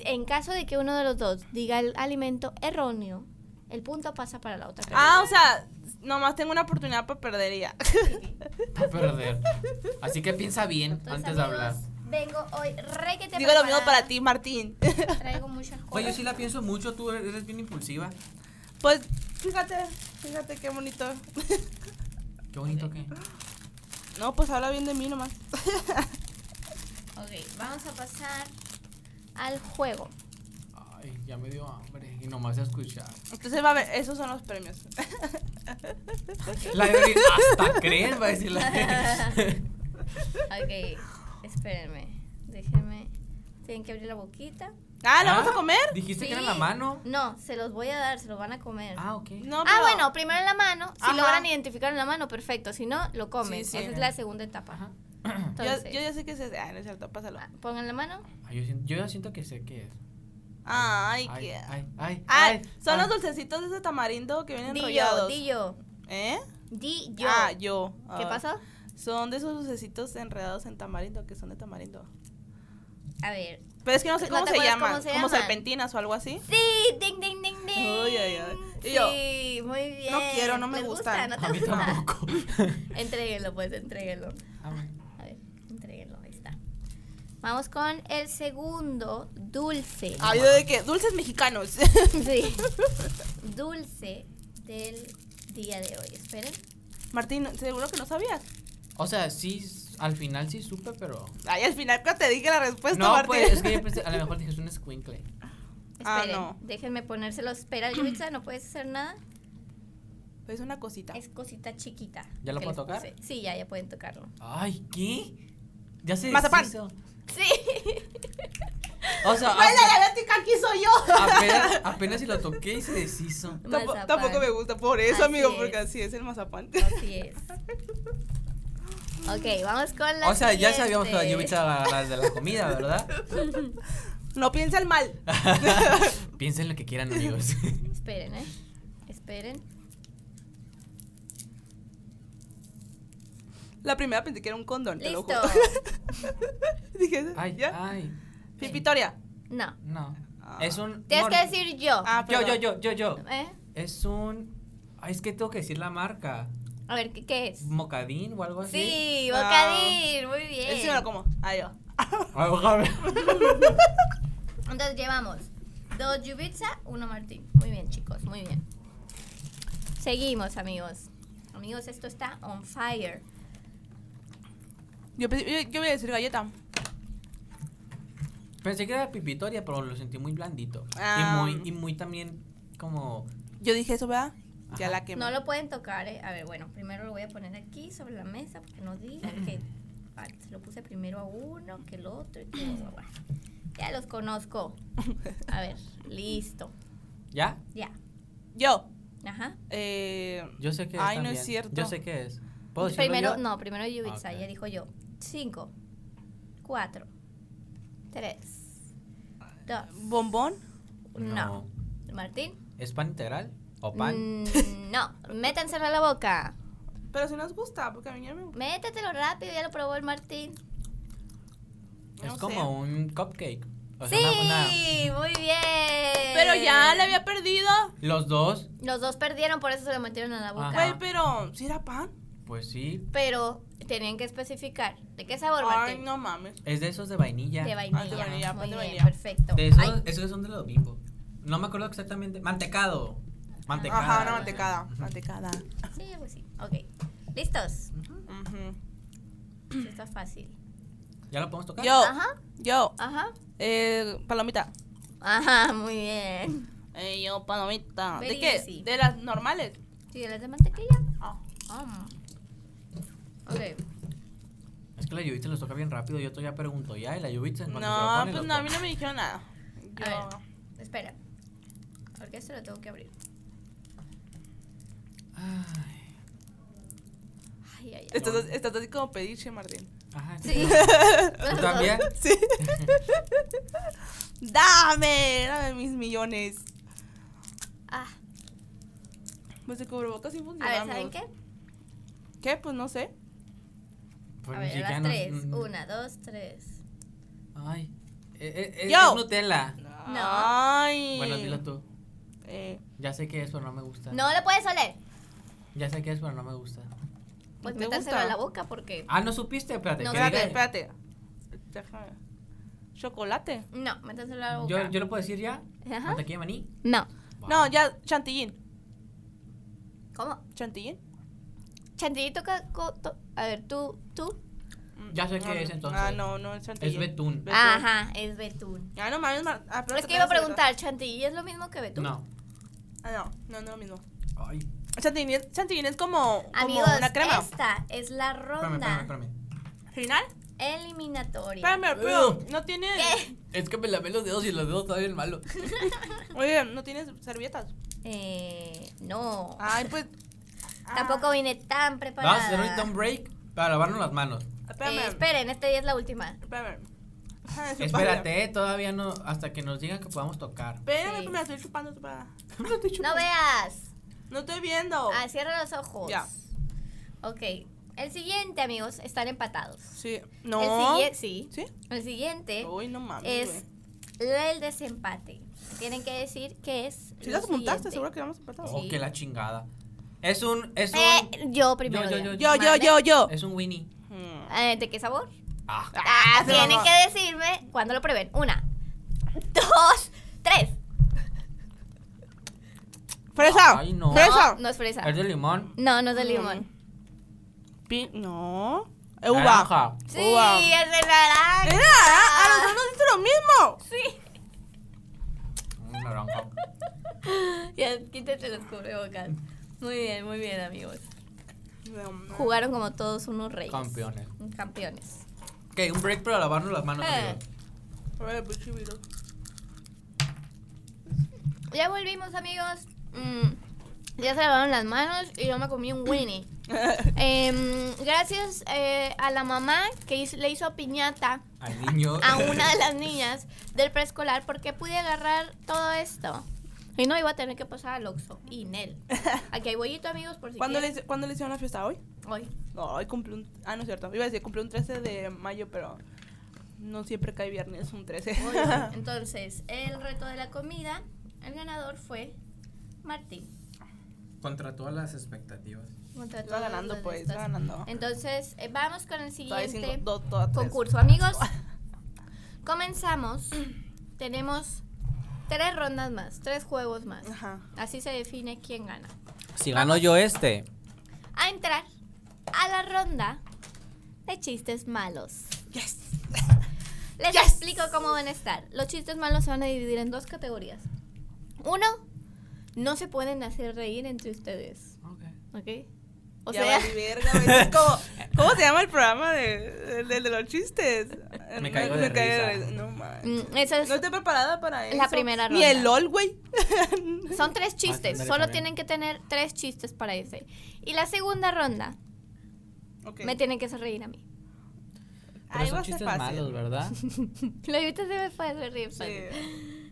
B: En caso de que uno de los dos diga el alimento erróneo, el punto pasa para la otra persona.
C: Ah, o sea, nomás tengo una oportunidad para perder y ya.
D: Va a perder. Así que piensa bien
B: Entonces,
D: Ah, antes de
B: amigos,
D: hablar.
B: Vengo hoy requete
C: Digo lo mismo
B: preparada.
C: para ti, Martín.
B: Traigo muchas cosas.
D: Oye, yo sí la pienso mucho. Tú eres bien impulsiva.
C: Pues fíjate, fíjate qué bonito.
D: Qué bonito que.
C: No, pues habla bien de mí nomás.
B: Ok, vamos a pasar al juego.
D: Ay, ya me dio hambre. Y nomás a escuchar.
C: Entonces va a ver, esos son los premios.
D: La de hasta crees, va a decir la de-
B: Ok, espérenme. Déjenme. Tienen que abrir la boquita.
C: Ah, ¿lo vamos a comer?
D: Dijiste que era
B: Sí.
D: en la mano.
B: No, se los voy a dar, se los van a comer.
D: Ah, ok.
C: No,
B: Ah,
C: pero-
B: bueno, primero en la mano. Si
C: Ajá.
B: logran identificar en la mano, perfecto. Si no, lo comen.
C: Sí, sí.
B: Esa es la segunda etapa.
D: Ajá.
B: Entonces,
C: Yo, yo ya sé que es ese. Ah, no es cierto, pásalo.
B: ah, pongan la mano.
D: Ay, yo, siento- yo ya siento que sé qué es.
C: Ay,
D: Ay,
C: qué.
D: ay, ay.
C: Ay, son los
D: ay.
C: dulcecitos de ese tamarindo que vienen
B: Di yo,
C: enrollados.
B: di yo,
C: ¿Eh?
B: di yo.
C: Ah, yo.
B: ¿Qué
C: Ah.
B: pasó?
C: Son de esos dulcecitos enredados en tamarindo, que son de tamarindo.
B: A ver.
C: Pero es que no sé
B: ¿No
C: cómo,
B: te
C: se,
B: acuerdas
C: llaman,
B: cómo se
C: como
B: llaman?
C: serpentinas o algo así.
B: Sí, ding, ding, ding, ding.
C: Ay, ay, ay. Y
B: Sí, muy bien.
C: No quiero, no me
B: ¿Les
C: gustan.
B: gusta?
D: A
B: ¿No te
D: mí
B: gusta?
D: tampoco.
B: Entréguenlo, pues, entréguenlo.
D: Ah, bueno.
B: A ver, entréguenlo, ahí está. Vamos con el segundo, dulce.
C: Ay, ¿de qué? Dulces mexicanos.
B: Sí. Dulce del día de hoy. Esperen.
C: Martín, seguro que no sabías.
D: O sea, sí, s- al final sí supe, pero.
C: Ay, al final que te dije la respuesta,
D: no,
C: Martín.
D: pues, es que yo pensé, a lo mejor dije es un squinkle.
C: Ah,
B: Esperen,
C: no.
B: déjenme ponérselo. Espera, Yulitza, no puedes hacer nada.
C: Es Pues una cosita.
B: Es cosita chiquita.
D: ¿Ya lo
B: que
D: puedo
B: les
D: tocar?
B: puse. Sí, ya, ya pueden tocarlo.
D: Ay, ¿qué? Ya se
C: Mazapán.
D: deshizo.
B: Sí.
D: O sea,
C: ¡Ay, Pues, la
D: ape-
C: galáctica aquí soy yo!
D: Ah, apenas, apenas si lo toqué y se deshizo.
C: Tampo-
B: Mazapán.
C: tampoco me gusta, por eso,
B: Así
C: amigo,
B: es.
C: porque así es el mazapán.
B: Así es. Ok, vamos con la
D: O sea, ya
B: siguiente.
D: sabíamos que la Yubitsa va a ganar de la comida, ¿verdad?
C: No piensa el mal.
D: Piensen lo que quieran, amigos.
B: Esperen, ¿eh? Esperen.
C: La primera pensé que era un condón, te lo
B: Listo.
C: juro. Dije,
D: Ay,
C: ¿ya?
D: ay,
C: Pipitoria.
B: No.
D: no.
C: Ah.
D: Es un.
B: Tienes
D: mor-
B: que decir Oh, yo.
C: Ah,
D: Yo, yo,
C: perdón.
D: yo, yo, yo.
B: ¿Eh?
D: Es un. Ay, es que tengo que decir la marca.
B: A ver, ¿qué, qué es?
D: Mocadín o algo así.
B: Sí,
C: Ah.
B: bocadil. Muy bien.
C: Ese me lo como. Ah, yo.
B: Entonces llevamos dos Yubitsa, uno Martín. Muy bien, chicos, muy bien. Seguimos, amigos. Amigos, esto está on fire.
C: Yo, pensé- yo, yo voy a decir galleta.
D: Pensé que era pipitoria, pero lo sentí muy blandito.
C: Ah.
D: Y, muy, y muy también como.
C: Yo dije eso, ¿verdad? Ya
D: Ajá.
C: la quemé.
B: No lo pueden tocar, ¿eh? A ver, bueno, primero lo voy a poner aquí sobre la mesa porque no digan que ay, se lo puse primero a uno, que el otro, y que guau, guau. Ya los conozco. A ver, listo.
D: ¿Ya?
B: Ya.
C: Yo.
B: Ajá.
C: Eh,
D: Yo sé que
C: Ay,
D: es.
C: no es
D: también.
C: cierto.
D: Yo sé que es. ¿Puedo decirlo
B: Primero,
D: yo? Ah,
B: no, primero Yubitsa,
D: Ok.
B: ya dijo yo. Cinco, cuatro, tres, dos.
C: bombón.
B: No. Martín.
D: ¿Es pan integral? ¿O pan?
B: Mm, no, métanselo a la boca.
C: Pero si nos gusta, porque a mí ya me
B: Eh.
C: gusta.
B: Métetelo rápido, ya lo probó el Martín.
D: es
C: no sé.
D: como un cupcake. O sea,
B: sí,
D: una- una-
B: muy bien.
C: Pero ya la había perdido.
D: Los dos,
B: Los dos perdieron, por eso se lo metieron a la boca.
D: Ajá.
C: Güey, pero si era pan.
D: pues sí.
B: Pero tenían que especificar de qué sabor,
C: Ay,
B: Martín.
C: no mames.
D: Es de esos de vainilla.
B: De
C: Ah, de
B: vainilla.
C: vainilla,
B: muy
C: pan de
B: bien,
C: vainilla.
B: perfecto.
D: De esos,
B: Ay,
D: esos son de los bimbo. No me acuerdo exactamente. Mantecado. Mantecado.
C: Ajá, una mantecada. Mantecada.
B: sí, pues sí. Ok. ¿Listos?
C: Ujú.
D: Mm.
B: Sí, está fácil.
D: ¿Ya lo podemos tocar?
C: Yo,
B: Ajá.
C: yo,
B: Ajá.
C: eh, palomita.
B: Ajá, muy bien.
C: Eh, yo, palomita.
B: Very
C: ¿De qué?
B: easy.
C: De las normales.
B: Sí, las de mantequilla. Ah. Ok.
D: Es que la Yubitsa los toca bien rápido. Yo todavía pregunto ya y la Yubitsa en
C: No,
D: cuanto se lo pone,
C: pues
D: lo
C: no, a mí
D: toca.
C: no me dijeron nada. Yo,
B: A ver. Espera. Porque esto lo tengo que abrir.
D: Ay,
B: Ay, ay, ay.
D: Esto-
C: estás, estás así como pediche, Martín.
D: ajá,
B: Sí.
D: ¿Tú también?
C: Sí. dame, dame mis millones.
B: Ah,
C: Pues el cubrebocas sí
B: a
C: funciona.
B: ver, ¿saben
C: amigos.
B: qué?
C: ¿Qué? Pues no sé.
D: Pues
B: a
D: ni
B: ver, a
D: siquiera
B: las
D: nos-
B: tres.
D: mm,
B: Una, dos, tres.
D: Ay. Eh, eh, eh,
C: Yo.
D: Es Nutella.
C: Ay.
D: Bueno, dilo tú.
C: Eh,
D: Ya sé que es, pero no me gusta.
B: No lo puedes oler.
D: Ya sé que es, pero no me gusta.
B: Pues
C: ¿Te
B: metárselo
C: gusta?
B: a la boca porque.
D: Ah, ¿no supiste? Espérate.
B: No,
D: que
C: espérate,
D: diga-
C: espérate. Déjame. Chocolate.
B: No, metárselo a la boca.
D: Yo, yo lo puedo decir ya.
B: Ajá.
D: Mantequilla de maní.
A: No.
C: No, ya, Chantillín.
B: ¿Cómo?
C: Chantillín.
B: Chantilly toca. co- to- A ver, tú, tú.
D: Mm, Ya sé
C: Ah,
D: qué es
C: no.
D: entonces.
C: Ah, no, no es Chantillín.
D: Es betún.
C: Betún.
B: Ajá, es betún.
C: Ah, no mames, Mar- ah, pero
B: Es
C: te
B: que iba a
C: pegas,
B: preguntar, ¿chantilly es lo mismo que betún?
D: No.
C: ¿verdad? Ah, no, no, no es lo mismo.
D: Ay.
C: Chantillín, es- chantillín es como, como
B: Amigos,
C: una crema.
B: esta es la
D: Espérame,
B: ronda
D: espérame, espérame.
C: ¿Final?
B: eliminatoria.
C: Espérame, pero no tiene.
B: ¿Qué?
D: Es que me lavé los dedos y los dedos están bien malos.
C: Oye, no tienes servilletas.
B: Eh, no.
C: Ay, pues. ah,
B: Tampoco vine tan preparada.
D: Vamos a hacer ahorita un break para lavarnos las manos.
C: Espérame.
B: Eh, esperen, este día es la última.
C: Espérame. Ay, su padre.
D: Espérate, eh, todavía no. Hasta que nos digan que podamos tocar.
C: Espérame,
B: Sí.
C: que me la estoy chupando, chupada.
B: No veas.
C: No estoy viendo.
B: Ah, cierra los ojos.
C: Oh. Ya.
B: Ok. El siguiente, amigos, están empatados.
C: Sí. No. Oh.
B: El siguiente, sí.
C: ¿Sí?
B: El siguiente
C: Uy, no mames.
B: es
C: güey.
B: el desempate. Tienen que decir qué es.
C: Si
B: lo
C: las apuntaste,
B: siguiente.
C: seguro que vamos empatados.
D: Oh,
B: Sí.
D: que la chingada. Es un. Es un.
B: Eh, yo primero.
D: Yo,
B: ya.
D: yo,
C: Yo, yo,
B: Vale.
C: yo, yo.
D: Es un Winnie.
C: Mm.
B: Eh, ¿De qué sabor?
D: Ah.
B: Ah,
C: se
B: tienen
C: mamó.
B: que decirme cuándo lo prueben. Una, dos, tres.
C: Fresa.
D: Ay, no.
C: Fresa.
B: No, no es fresa.
D: Es de limón.
B: No, no es de limón.
C: Pi- No. Eh, Uva.
D: Naranja.
B: Sí,
C: Uva.
B: es de naranja.
C: Mira, a a Ah, los dos nos dice lo mismo.
B: Sí.
D: Mm, Naranja.
B: Ya, quítate los cubrebocas. Muy bien, muy bien, amigos.
C: No, no.
B: Jugaron como todos unos reyes.
D: Campeones.
B: Campeones.
D: Ok, un break para lavarnos las manos,
B: Eh.
D: amigos.
C: A ver, pinche virus.
B: Ya volvimos, amigos. Mm, ya se lavaron las manos y yo me comí un Winnie. Em, gracias eh, a la mamá que hizo- le hizo piñata
D: Al niño.
B: a una de las niñas del preescolar porque pude agarrar todo esto. Y no iba a tener que pasar al Oxxo y Nel. Aquí hay bollito, amigos, por si
C: ¿Cuándo le,
B: quieren.
C: hice- ¿Cuándo le hicieron la fiesta hoy?
B: Hoy.
C: No, hoy cumplí un. Ah, no es cierto. Iba a decir, cumplí un 13 de mayo, pero no siempre cae viernes un 13.
B: Hoy. Entonces, el reto de la comida, el ganador fue Martín.
D: Contra todas las expectativas.
B: Contra
C: Iba
B: todos
C: ganando,
B: los
C: pues,
B: listos.
C: iba ganando.
B: Entonces, eh, vamos con el
C: Todavía
B: siguiente
C: cinco, dos, todas tres.
B: concurso, amigos. Comenzamos. Tenemos tres rondas más, tres juegos más.
C: Ajá.
B: Así se define quién gana.
D: Si gano yo este.
B: a entrar a la ronda de chistes malos.
C: Yes.
B: Les explico cómo van a estar. Los chistes malos se van a dividir en dos categorías. Uno, no se pueden hacer reír entre ustedes, ¿ok? O
C: Ya
B: sea,
C: valí verga, güey. Es como- ¿Cómo se llama el programa de, de, de los chistes?
D: Me caigo de risa.
C: No mames.
B: mm, esa es-
C: No estoy preparada para eso.
B: La primera
C: Ni
B: ronda.
C: el LOL, güey.
B: son tres chistes.
D: ándale,
B: Solo
D: también.
B: tienen que tener tres chistes para ese. Y la segunda ronda,
C: Ok.
B: me tienen que hacer reír a mí.
D: Pero son chistes malos, ¿verdad?
B: Lo ahorita se me fue hacer reír. padre.
C: Sí,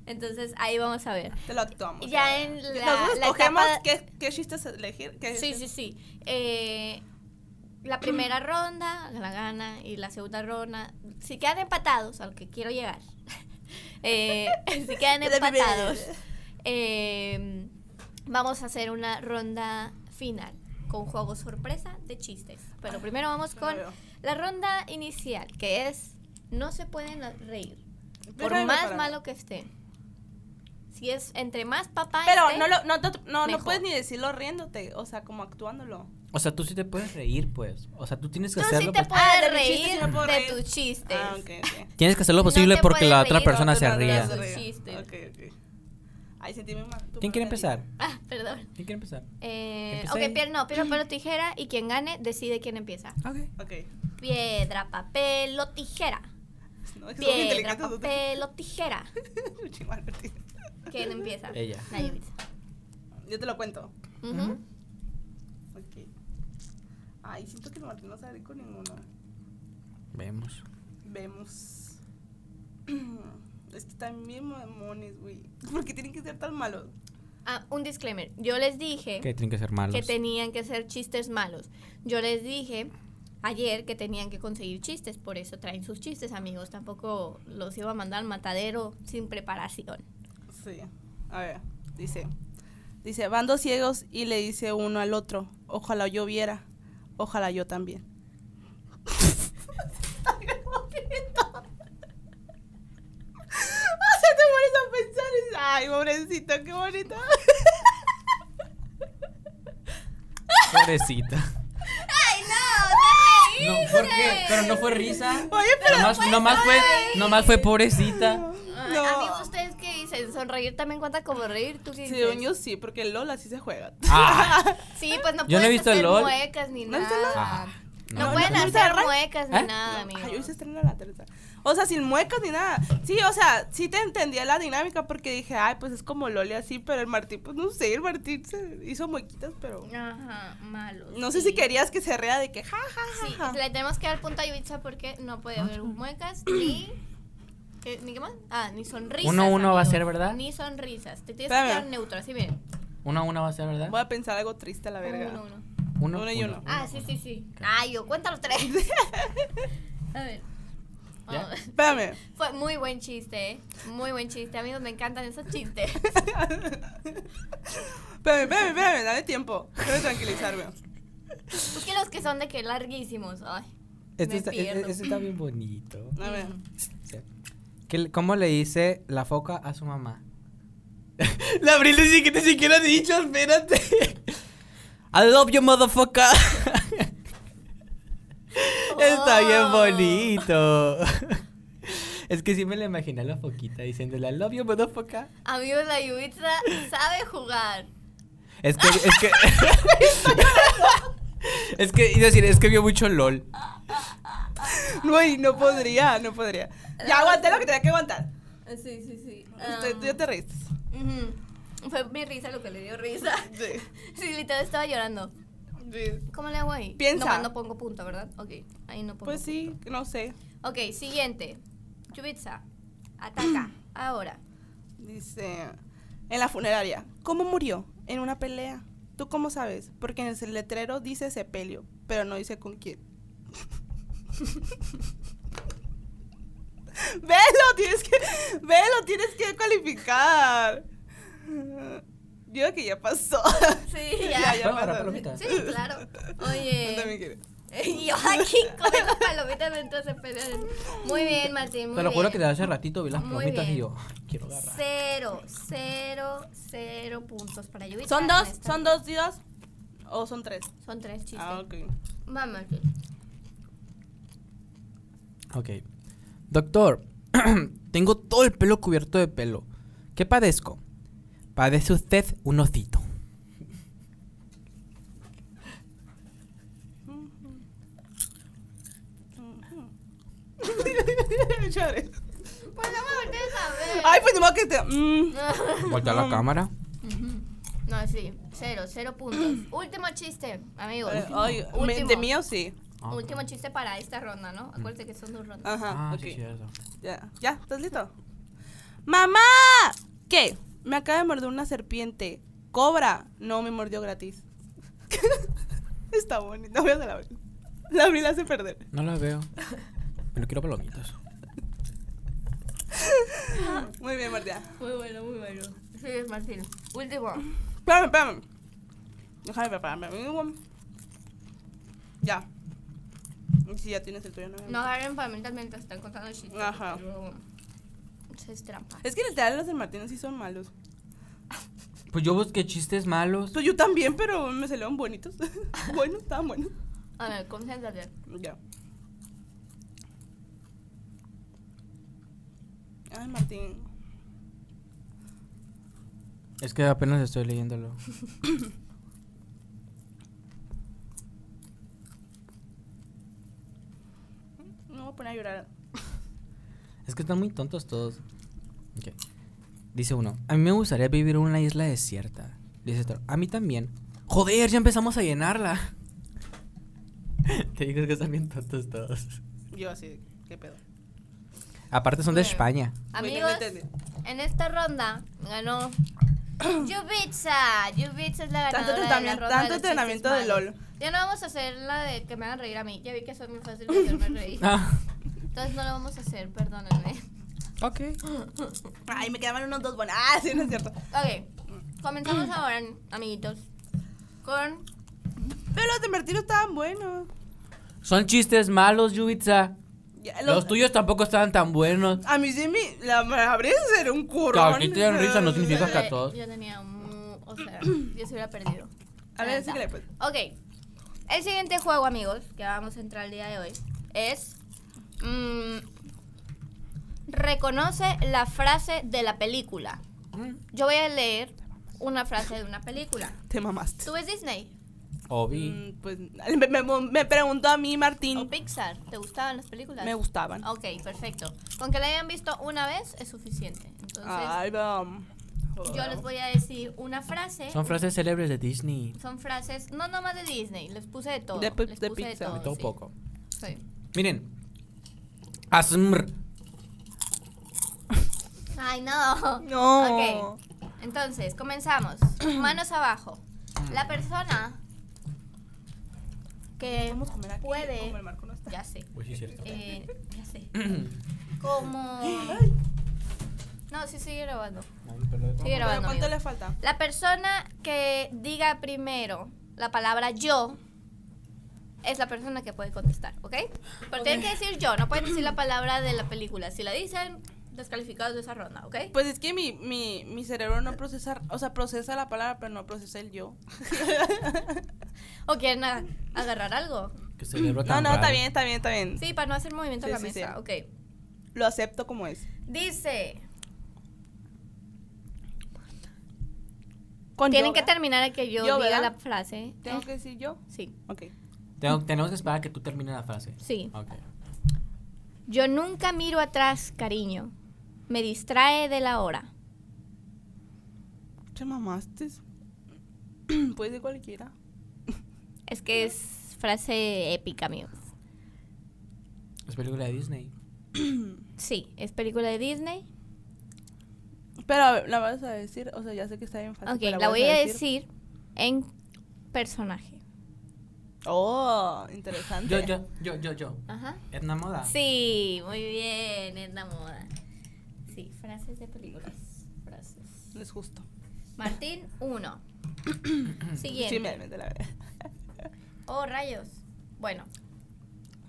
B: Entonces, ahí vamos a ver.
C: te lo actuamos.
B: Ya
C: ahora.
B: en la-
C: Nosotros
B: la
C: escogemos
B: etapa-
C: qué, qué chistes elegir. Qué
B: Sí, sí, sí. Eh, la primera ronda la gana y la segunda ronda. Si quedan empatados, al que quiero llegar. eh, si quedan empatados, eh, vamos a hacer una ronda final con juego sorpresa de chistes.
C: Ah,
B: Pero primero vamos
C: No
B: con
C: veo.
B: la ronda inicial, que es no se pueden a- reír. Por
C: Pero ahí
B: más
C: preparada.
B: malo que esté. Si es entre más papá
C: Pero
B: esté,
C: no, lo, no, te- no, no
B: Mejor.
C: puedes ni decirlo riéndote, o sea, como actuándolo.
D: O sea, tú sí te puedes reír, pues. O sea, tú tienes que
B: Tú sí
D: hacerlo.
B: te
D: pues.
B: puedes
C: Ah, de mis chistes sí
B: reír
C: me puedo
B: de
C: reír.
B: tus chistes.
C: Ah, ok, ok.
D: Tienes que hacer lo
B: No
D: posible
B: te
D: porque
B: puedes
D: la otra
B: reír,
D: persona
B: tú
D: se
B: no te
D: ría.
B: vas a reír.
C: Chiste. Ok, ok. Ay, sentí mi mal.
D: ¿Quién quiere empezar?
B: Ah, perdón.
D: ¿Quién quiere empezar?
B: Eh,
D: Empieza
B: ok,
D: ahí.
B: pier- no, piedra, papel o tijera y quien gane decide quién empieza.
D: Ok.
C: Ok.
B: Piedra, papel o tijera.
C: No, es que son
B: Piedra,
C: inteligentes.
B: papel o tijera.
C: tú. Chimar, Martín.
B: ¿Quién empieza?
D: Ella.
B: Nayubitza.
C: Yo te lo cuento.
B: Ujú.
D: Ujú.
C: Ok. Ay, siento que Martín no sale con ninguno.
D: Vemos.
C: Vemos. Es que también mamones, güey. ¿Por qué tienen que ser tan malos?
B: Ah, un disclaimer. Yo les dije
D: Que tienen que ser malos.
B: que tenían que ser chistes malos. Yo les dije ayer que tenían que conseguir chistes, por eso traen sus chistes, amigos. Tampoco los iba a mandar al matadero sin preparación.
C: Sí. A ver, dice. Dice, van dos ciegos y le dice uno al otro, ojalá yo viera, ojalá yo también. Está bien bonito. o sea, te pones a pensar y dices, ay, pobrecito, qué bonito.
D: Pobrecita.
B: ¡Ay,
C: ¡Ah,
B: no!
D: No, ¿por qué? Pero no fue risa.
C: Oye, pero...
D: nomás, nomás fue, nomás fue pobrecita.
B: Amigos, ¿ustedes qué dicen? ¿Sonreír también cuenta como reír? ¿Tú qué dices?
C: Según yo sí, porque Lola sí se juega.
D: Ah.
B: Sí, pues no
D: Yo
B: puedes
D: no he visto
B: hacer
D: LOL.
B: muecas ni
C: ¿No has
B: nada.
C: visto LOL?
D: Ah,
B: No,
C: no,
B: pueden
C: no, no,
B: hacer
C: ¿verdad?
D: ¿Eh?
B: muecas ni nada, amigo.
C: Ay, hoy se estrena la tercera. O sea, sin muecas ni nada. Sí, o sea, sí te entendía la dinámica porque dije, ay, pues es como Loli así, pero el Martín, pues no sé, el Martín se hizo muequitas, pero.
B: Ajá, malos.
C: No sé si querías que se ría de que ja, ja, ja,
B: Sí,
C: ja.
B: le tenemos que dar punto a Yubitsa porque no
D: Ah,
B: puede haber muecas ni. ¿qué, ¿Ni qué más? Ah, ni sonrisas.
D: Uno a uno va a
B: amigos.
D: ser, ¿verdad?
B: Ni sonrisas. Te tienes
C: Espérame.
B: que quedar neutro, así miren.
D: Uno a uno va a ser, ¿verdad?
C: Voy a pensar algo triste a
B: Oh,
C: la verga.
B: Uno, uno.
D: Uno,
C: Uno y uno.
B: Ah, sí, sí, sí. Ah, yo, cuéntalo tres. a ver.
D: ¿Ya?
B: Ah,
C: Espérame.
B: Fue muy buen chiste, ¿eh? muy buen chiste, amigos, me encantan esos chistes.
C: Espérame, espérame, espérame, dame tiempo. Quiero tranquilizarme.
B: Es que los que son de que larguísimos, ay.
D: Este
B: Me
D: está, e-
B: pierdo.
D: e- este está bien bonito.
C: A ver.
D: Sí. ¿Qué le- ¿Cómo le dice la foca a su mamá? la abril dice que ni siquiera has dicho, espérate. I love you, motherfucker. Está bien
B: Oh.
D: bonito. es que sí me la imaginé a la foquita diciéndole I love you, motherfucker.
B: Amigos, la Yubitsa sabe jugar.
D: Es que, es que. es que, iba a decir, es que vio mucho LOL.
C: Güey, no podría, no podría. Ya aguanté lo que tenía que aguantar.
B: Sí, sí, sí.
C: Usted- tú ya te reíste.
B: Ah, Fue mi risa lo que le dio risa.
C: Sí.
B: Sí, literal estaba llorando.
C: sí.
B: ¿Cómo le hago ahí?
C: Piensa.
B: Nomás No, pongo punto, ¿verdad? Ok, ahí no pongo
C: Pues sí,
B: punto.
C: no sé.
B: Ok, siguiente. Yubitsa, ataca. Ahora.
C: Dice, en la funeraria, ¿cómo murió? En una pelea. ¿Tú cómo sabes? Porque en el letrero dice sepelio, pero no dice con quién. velo, tienes que, velo, tienes que cualificar. Yo que ya pasó.
B: Sí,
C: Ya,
B: ya.
C: ya.
D: ¿Puedo agarrar
C: pasa.
D: palomitas?
B: Sí, claro.
C: No también
B: Oye.
C: quiere.
B: Y yo aquí comiendo palomitas mientras se pelean. Muy bien, Martín. Muy
D: Te lo juro que
B: bien.
D: desde hace ratito vi las
B: Muy
D: palomitas y
B: bien.
D: yo, "Ay, quiero agarrar.
B: Cero, cero, cero puntos para Yubitsa.
C: ¿Son dos?
B: Honesta-
C: ¿Son dos dios? ¿O son tres?
B: Son tres chistes.
C: Ah, ok.
B: Vamos.
D: Ok. Doctor, tengo todo el pelo cubierto de pelo. ¿Qué padezco? Padece usted un osito.
C: Chale.
B: Pues no me voltees a ver.
C: Ay, pues ni modo que te... mm.
D: Voltea la cámara.
B: No, sí. Cero, cero puntos. Último chiste, amigos.
C: Eh, ay, me-
B: Último.
C: de mío sí.
B: Último chiste para esta ronda, ¿no? Acuérdate que son dos rondas.
C: Ajá,
D: Ah,
C: ok.
D: sí, cierto.
C: Ya, ya, ¿estás listo? ¡Mamá! ¿Qué? Me acaba de morder una serpiente. Cobra. No, me mordió gratis. Está bonito. Voy a hacer la abrir. La abrí la hace perder.
D: No la veo. Pero quiero palomitas.
C: Muy bien, Martia.
B: Muy bueno, muy bueno. Sí, es Martín. Último.
C: Espérame, espérame. Déjame prepararme. amigo. Ya. Sí, ya tienes el tuyo. No,
B: No agarren palomitas mientras están contando chistes.
C: Ajá.
B: porque luego Se estrampa.
C: Es que literal los del Martín sí son malos.
D: Pues yo busqué chistes malos.
C: Pues yo también, pero me salieron bonitos. bueno, estaban buenos.
B: A ver, concéntrate.
C: Ya. Ay, Martín.
D: Es que apenas estoy leyéndolo.
C: Me voy a poner a llorar.
D: Es que están muy tontos todos. Ok. Dice uno, a mí me gustaría vivir en una isla desierta. Dice otro, a mí también. Joder, ya empezamos a llenarla. Te digo que están bien tontos todos.
C: Yo así, de, ¿qué pedo?
D: Aparte son de
B: Bueno.
D: España.
C: Güey, este
B: Amigos,
C: no entendí.
B: en esta ronda ganó Yubitsa. Yubitsa es la
C: Tanto
B: ganadora de la
C: entrenamiento-
B: ronda
C: tanto
B: de los chistes
C: entrenamiento de
B: malos.
C: LOL.
B: Ya no vamos a hacer la de que me hagan reír a mí. Ya vi que soy muy fácil de hacerme reír.
D: Ah,
B: Entonces no lo vamos a hacer, perdónenme.
D: ok.
C: Ay, me quedaban unos dos buenos. Ah, sí, no es cierto.
B: Ok, comenzamos ahora, amiguitos. Con.
C: Pero los de Martín estaban buenos.
D: Son chistes malos, Yubitsa.
C: Ya,
D: Los tuyos tampoco estaban tan buenos.
C: A mí sí me la me habría de ser un curro.
D: Claro, que te den risa, no significa- Fíjate a todos.
B: Yo tenía un. O sea, yo se hubiera perdido.
C: A ver,
B: La
C: sí que le
B: neta.
C: pues.
B: Ok. El siguiente juego, amigos, que vamos a entrar el día de hoy es. mm, reconoce la frase de la película.
D: Mm,
B: Yo voy a leer una frase de una película.
C: Te mamaste.
B: ¿Tú ves Disney
D: Obi.
C: Mm, pues me, me, me preguntó a mí,
B: o
C: Martín.
B: Pixar? ¿Te gustaban las películas?
C: Me gustaban.
B: Ok, perfecto. Con que la hayan visto una vez es suficiente. Entonces,
C: Ay, vamos.
B: yo les voy a decir una frase.
D: Son frases célebres de Disney.
B: Son frases, no nomás de Disney, les puse de todo.
C: De pi-
B: les
C: de
B: puse
C: Pixar.
B: todo,
D: De todo
B: sí.
D: poco.
B: Sí.
D: Miren. Asmr.
B: Ay, no.
C: No.
B: Ok. Entonces, comenzamos. Manos abajo. La persona que
C: Vamos a comer aquí.
B: puede-
C: Como el Marco no está.
B: ya sé.
D: Uy, sí, es cierto.
B: eh, ya sé. Como No, sí sigue grabando. Sigue
C: Pero
B: grabando.
C: ¿cuánto
B: amigo.
C: le falta?
B: La persona que diga primero la palabra yo es la persona que puede contestar, ¿ok? Pero tienen que decir yo, no pueden decir la palabra de la película. Si la dicen, descalificados de esa ronda, ¿ok?
C: Pues es que mi, mi, mi cerebro no procesa, o sea, procesa la palabra, pero no procesa el yo.
B: ¿O quieren a- agarrar algo?
D: Que celebro
C: No,
D: tan
C: no,
D: raro.
C: está bien, está bien, está bien.
B: Sí, para no hacer movimiento a
C: Sí,
B: la
C: sí,
B: mesa,
C: sí.
B: ok.
C: Lo acepto como es.
B: Dice,
C: Con
B: tienen
C: yo,
B: que
C: ¿verdad?
B: terminar el que yo,
C: Yo,
B: diga
C: ¿verdad?
B: la frase.
C: ¿Tengo
B: Eh,
C: que decir yo?
B: Sí,
C: Ok.
D: Tengo- tenemos que esperar a que tú termines la frase.
B: sí.
D: Ok.
B: Yo nunca miro atrás, cariño. Me distrae de la hora.
C: ¿Te mamaste? Puede ser cualquiera.
B: Es que es frase épica, amigos.
D: Es película de Disney.
B: Sí, es película de Disney.
C: Pero a ver, la vas a decir, o sea, ya sé que está bien fácil.
B: Ok,
C: pero
B: la voy a
C: vas
B: decir en personaje.
C: Oh, interesante.
D: Yo, yo, yo, yo, yo.
B: Ajá.
D: Etna Moda.
B: Sí, muy bien, es la moda. Sí, frases de películas. Frases.
C: No es justo.
B: Martín, uno.
C: Sí,
B: siguiente.
C: me, me- de la verdad.
B: Oh, rayos. Bueno,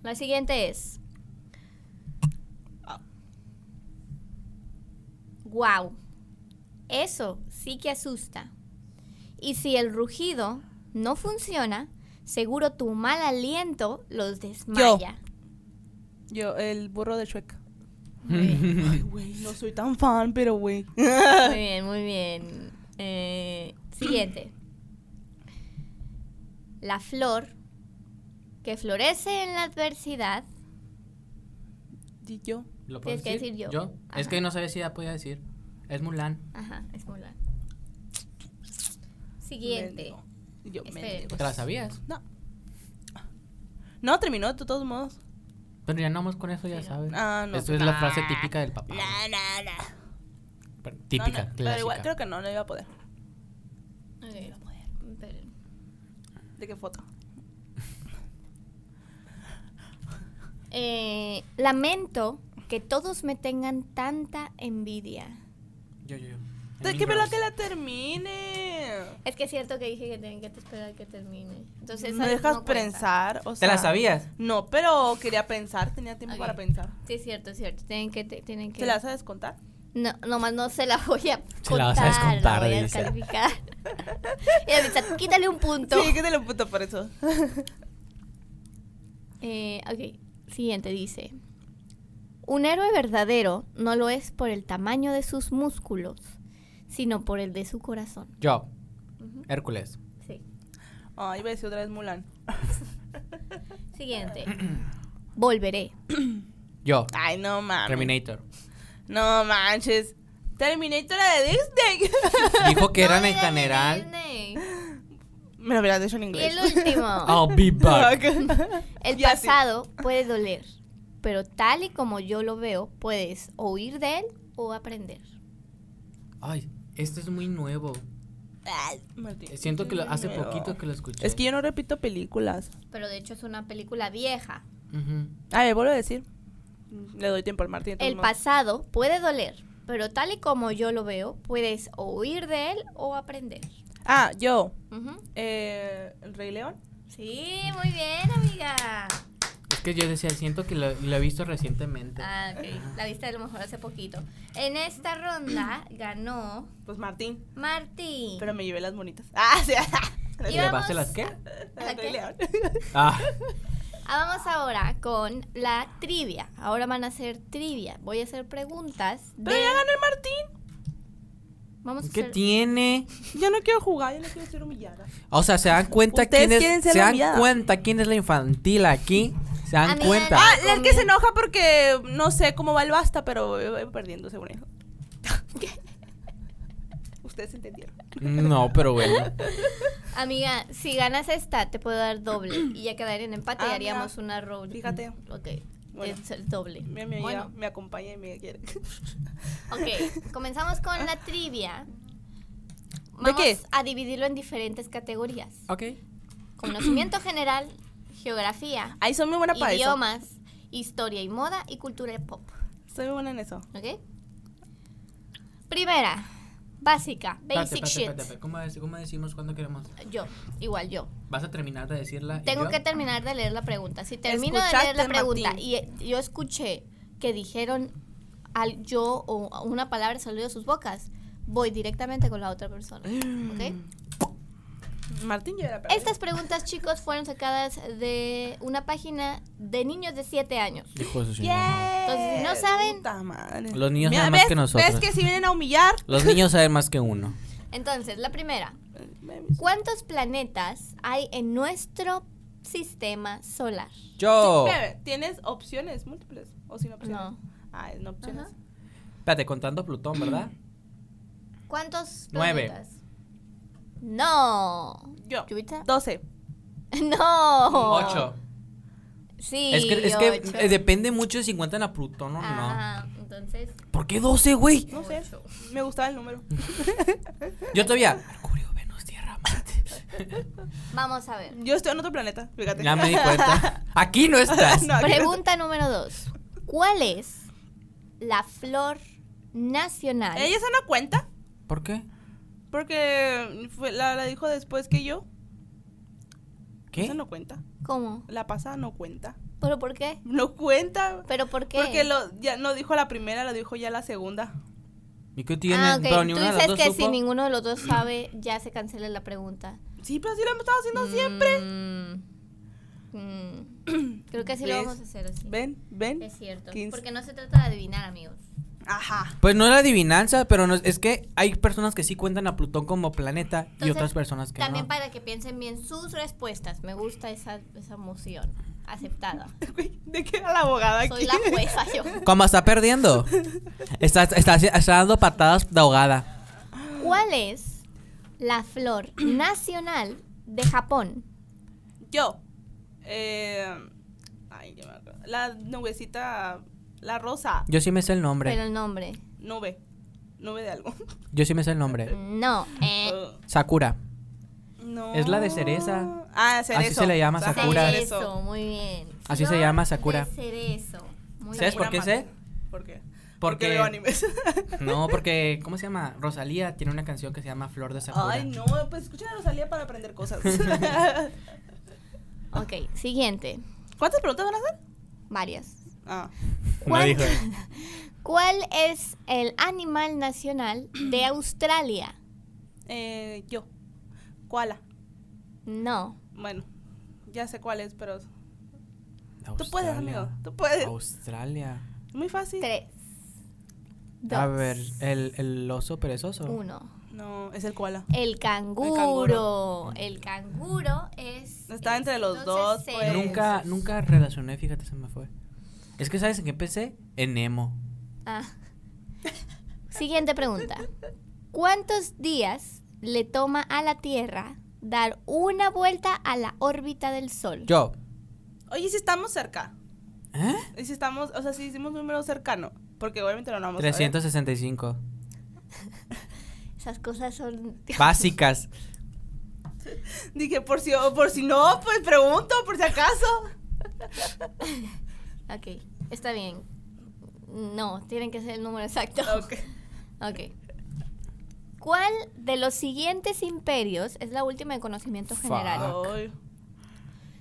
B: la siguiente es. Wow. Eso sí que asusta. Y si el rugido no funciona, seguro tu mal aliento los desmaya.
C: Yo, el burro de Shrek.
B: Muy bien,
C: Ay, güey, no soy tan fan, pero güey.
B: muy bien. muy bien. Eh, siguiente. La flor que florece en la adversidad
C: Y yo.
D: ¿Lo
B: Tienes
D: puedes
B: que decir yo.
D: Es
B: Ajá. Ah.
D: que no sabía si ya podía decir. Es Mulan.
B: Ajá, es Mulan. Siguiente.
C: mendigo. Yo,
B: Espere.
C: mendigo.
D: ¿Te la sabías?
C: No. No, terminó de todos modos.
D: Pero ya nomás con eso ya
B: Sí, no.
D: sabes.
C: Ah, no.
D: Esto es la frase típica del papá.
C: no, no.
D: Per- Típica,
C: No, no,
D: clásica.
C: Pero igual creo que no, no iba a poder.
B: Ok, pero-
C: ¿De qué foto?
B: Eh, lamento que todos me tengan tanta envidia.
D: Yo, yo, yo.
C: ¿De qué
D: Emily Rose.
C: que la termine?
B: Es que es cierto que dije que tienen que esperar que termine. Entonces,
C: Me
B: esa
C: dejas
B: no cuenta.
C: pensar, o
D: ¿Te
C: sea.
D: la sabías?
C: No, pero quería pensar, tenía tiempo
B: Ok.
C: para pensar.
B: Sí, es cierto, es cierto. Tienen que. te- tienen que...
C: ¿Te la vas a descontar?
B: No, nomás no se la voy a contar.
D: Se la vas a descontar,
B: la voy a
D: dice.
B: descalificar. Y la mitad, quítale un punto.
C: Sí, que te lo puto por eso.
B: Eh, ok, siguiente dice. Un héroe verdadero no lo es por el tamaño de sus músculos, sino por el de su corazón.
D: Yo, Hércules.
B: Sí.
C: Ay, iba a decir otra vez Mulan.
B: Siguiente. Volveré.
D: Yo,
C: Ay, Ah, no mames.
D: Terminator.
C: No manches. Terminator la de Disney.
D: Dijo que eran
B: No
D: en
B: era de
D: general.
B: Disney.
C: Me lo hubieras dicho en
B: Y
C: inglés.
B: el último.
D: I'll be back.
B: El
C: Ya sí.
B: pasado puede doler, pero tal y como yo lo veo, puedes o huir de él o aprender.
D: Ay, esto es muy nuevo.
C: Martín.
D: Siento que lo- hace
C: Nuevo.
D: poquito que lo escuché.
C: Es que yo no repito películas.
B: Pero de hecho es una película vieja.
D: Ujú.
C: A ver, vuelvo a decir. Le doy tiempo al Martín. de todos
B: El
C: modos.
B: pasado puede doler, pero tal y como yo lo veo, puedes o huir de él o aprender.
C: Ah, yo.
B: Ujú.
C: Eh, ¿El Rey León?
B: Sí, muy bien, amiga.
D: Es que yo decía, siento que lo, lo he visto recientemente.
B: Ah, ok. La viste a lo mejor hace poquito. En esta ronda ganó
C: Pues Martín.
B: Martín.
C: Pero me llevé las bonitas. Ah, sí.
D: ¿Te
B: íbamos-
D: llevaste las qué?
B: ¿La
C: El Rey
B: qué?
C: León.
D: Ah,
B: Ah, vamos ahora con la trivia. Ahora van a hacer trivia. Voy a hacer preguntas de...
C: Pero ya ganó el Martín.
B: Vamos a
D: ¿qué
B: hacer-
D: tiene?
C: Ya no quiero jugar, ya no quiero ser humillada.
D: O sea, se dan cuenta
C: Ustedes
D: quién
C: quieren
D: es.
C: ser
D: Se
C: la
D: dan
C: humillada.
D: cuenta quién es la infantil aquí. Se dan
B: Amiga,
D: cuenta.
C: Ah, el que se enoja porque no sé cómo va el basta, pero voy perdiendo según eso. Ustedes entendieron.
D: No, pero bueno.
B: Amiga, si ganas esta, te puedo dar doble. y ya quedaría en empate y
C: Ah,
B: haríamos
C: mira.
B: una roll.
C: Fíjate.
B: Ok.
C: Bueno.
B: Es el doble.
C: Mi amiga
B: Bueno,
C: me acompaña y me quiere.
B: ok. Comenzamos con la trivia.
C: ¿De
B: Vamos
C: qué?
B: a dividirlo en diferentes categorías.
D: Ok.
B: Conocimiento general, geografía,
C: Ay, soy muy buena para eso.
B: idiomas, historia y moda y cultura pop.
C: Soy muy buena en eso.
B: ¿Ok? Primera, básica, basic
D: Espérate, espérate,
B: shit.
D: espérate, espérate. ¿Cómo, dec- cómo decimos cuándo queremos?
B: Yo, igual yo.
D: ¿Vas a terminar de decirla? y
B: Tengo
D: yo?
B: que terminar de leer la pregunta. Si termino de
C: Escuchaste,
B: leer la pregunta
C: Martín.
B: y eh, yo escuché que dijeron al yo o a una palabra salió de sus bocas, voy directamente con la otra persona. ¿ok?
C: Mm. Martín yo era para
B: Estas preguntas, chicos, fueron sacadas de una página de niños de 7 años.
D: Hijo de su señora madre.
B: Entonces, si no saben-
C: Puta madre.
D: Los niños
C: Mira,
D: saben más
C: ¿ves?
D: que nosotros.
C: ¿Ves que si vienen a humillar?
D: Los niños saben más que uno.
B: Entonces, la primera, ¿cuántos planetas hay en nuestro sistema solar?
D: Yo.
C: Espérame, ¿Tienes opciones múltiples o sin opciones?
B: No.
C: Ah, no opciones.
B: Ajá.
D: Espérate, contando Plutón, ¿verdad?
B: ¿Cuántos
D: Nueve.
B: planetas? No.
C: Yo.
B: ¿Yubita?
C: 12.
B: No.
D: Ocho.
B: Sí.
D: es que, es que
B: Oh. ocho.
D: eh, depende mucho de si cuentan a Plutón o no.
B: Ajá, entonces.
D: ¿Por qué 12, güey?
C: No sé.
B: Ocho.
C: Me gustaba el número.
D: Yo todavía. Mercurio, Venus, Tierra, Marte.
B: Vamos a ver.
C: Yo estoy en otro planeta, fíjate.
D: Ya me di cuenta. Aquí no estás.
C: No, aquí no
B: Pregunta número dos. ¿Cuál es la flor nacional?
C: ¿Ella se no cuenta?
D: ¿Por qué?
C: Porque fue- la, la dijo después que yo.
D: ¿Qué?
C: Esa no cuenta.
B: ¿Cómo?
C: La pasada no cuenta.
B: ¿Pero por qué?
C: No cuenta.
B: ¿Pero por qué?
C: Porque lo, ya no dijo la primera, la dijo ya la segunda.
D: ¿Y qué tiene?
B: ah, ok.
D: Pero ni
B: Tú
D: una de las
B: dices
D: dos
B: que
D: supo.
B: si ninguno de los dos sabe, ya se cancela la pregunta.
C: Sí, pero así lo hemos estado haciendo siempre.
B: Mm. Mm. Creo que así lo
C: ¿Ves?
B: vamos a hacer así.
C: Ven, ven.
B: Es cierto.
C: Quince.
B: Porque no se trata de adivinar, amigos.
C: Ajá.
D: Pues no es la adivinanza, pero no, es que hay personas que sí cuentan a Plutón como planeta y
B: Entonces,
D: otras personas que
B: También
D: no.
B: para que piensen bien sus respuestas. Me gusta esa, esa moción aceptada.
C: Güey, ¿De qué era la abogada aquí?
B: Soy la jueza yo.
D: Como está perdiendo. Está, está, está dando patadas de ahogada.
B: ¿Cuál es la flor nacional de Japón?
C: Yo. Eh, ay, ya me acuerdo. La nubecita. La rosa.
D: Yo sí me sé el
B: Pero
D: nombre.
B: el nombre.
C: Nube. Nube de algo.
D: Yo sí me sé el nombre.
B: No. eh,
C: Uh,
D: Sakura.
C: no.
D: Es la de cereza.
C: Ah, cerezo.
D: se le llama,
C: Ajá,
D: Sakura.
B: Cerezo, muy bien.
D: Así se
B: Flor
D: llama Sakura.
B: de cerezo. Muy
D: ¿Sabes
B: bien.
D: por qué sé?
C: ¿Por qué?
D: Porque-
C: veo animes.
D: No, porque, ¿cómo se llama? Rosalía tiene una canción que se llama Flor de Sakura.
C: Ay, no, pues escuchen a Rosalía para aprender cosas.
B: Ok, siguiente.
C: ¿Cuántas preguntas van a hacer?
B: Varias.
C: Ah.
D: No dijo.
B: ¿Cuánto- ¿Cuál es el animal nacional de Australia?
C: Eh, yo. Koala.
B: No.
C: Bueno, ya sé cuál es, pero.
D: Australia.
C: Tú puedes, amigo. Tú puedes.
D: Australia.
C: Es Muy fácil.
B: Tres. Dos.
D: A ver, el, el oso perezoso.
B: Uno.
C: No, es el koala.
B: El canguro.
C: canguro.
B: El canguro es.
C: Está
B: es-
C: entre los
B: entonces
C: dos,
B: se-
C: pues.
D: Nunca, nunca relacioné, fíjate, se me fue. Es que, ¿sabes en qué empecé? En Nemo.
B: Ah. Siguiente pregunta. ¿Cuántos días le toma a la Tierra dar una vuelta a la órbita del Sol?
D: Yo.
C: Oye, si estamos cerca.
D: ¿Eh?
C: Y si estamos, o sea, si hicimos un número cercano. Porque obviamente no lo vamos a
D: 365.
B: Esas cosas son.
D: Básicas.
C: ver. Dije, por si, o por si no, pues pregunto, por si acaso.
B: Ok, está bien. No, tienen que ser el número exacto.
C: Ok.
B: Ok. ¿Cuál de los siguientes imperios es la última de conocimiento
D: Fuck.
B: general?
C: Ay.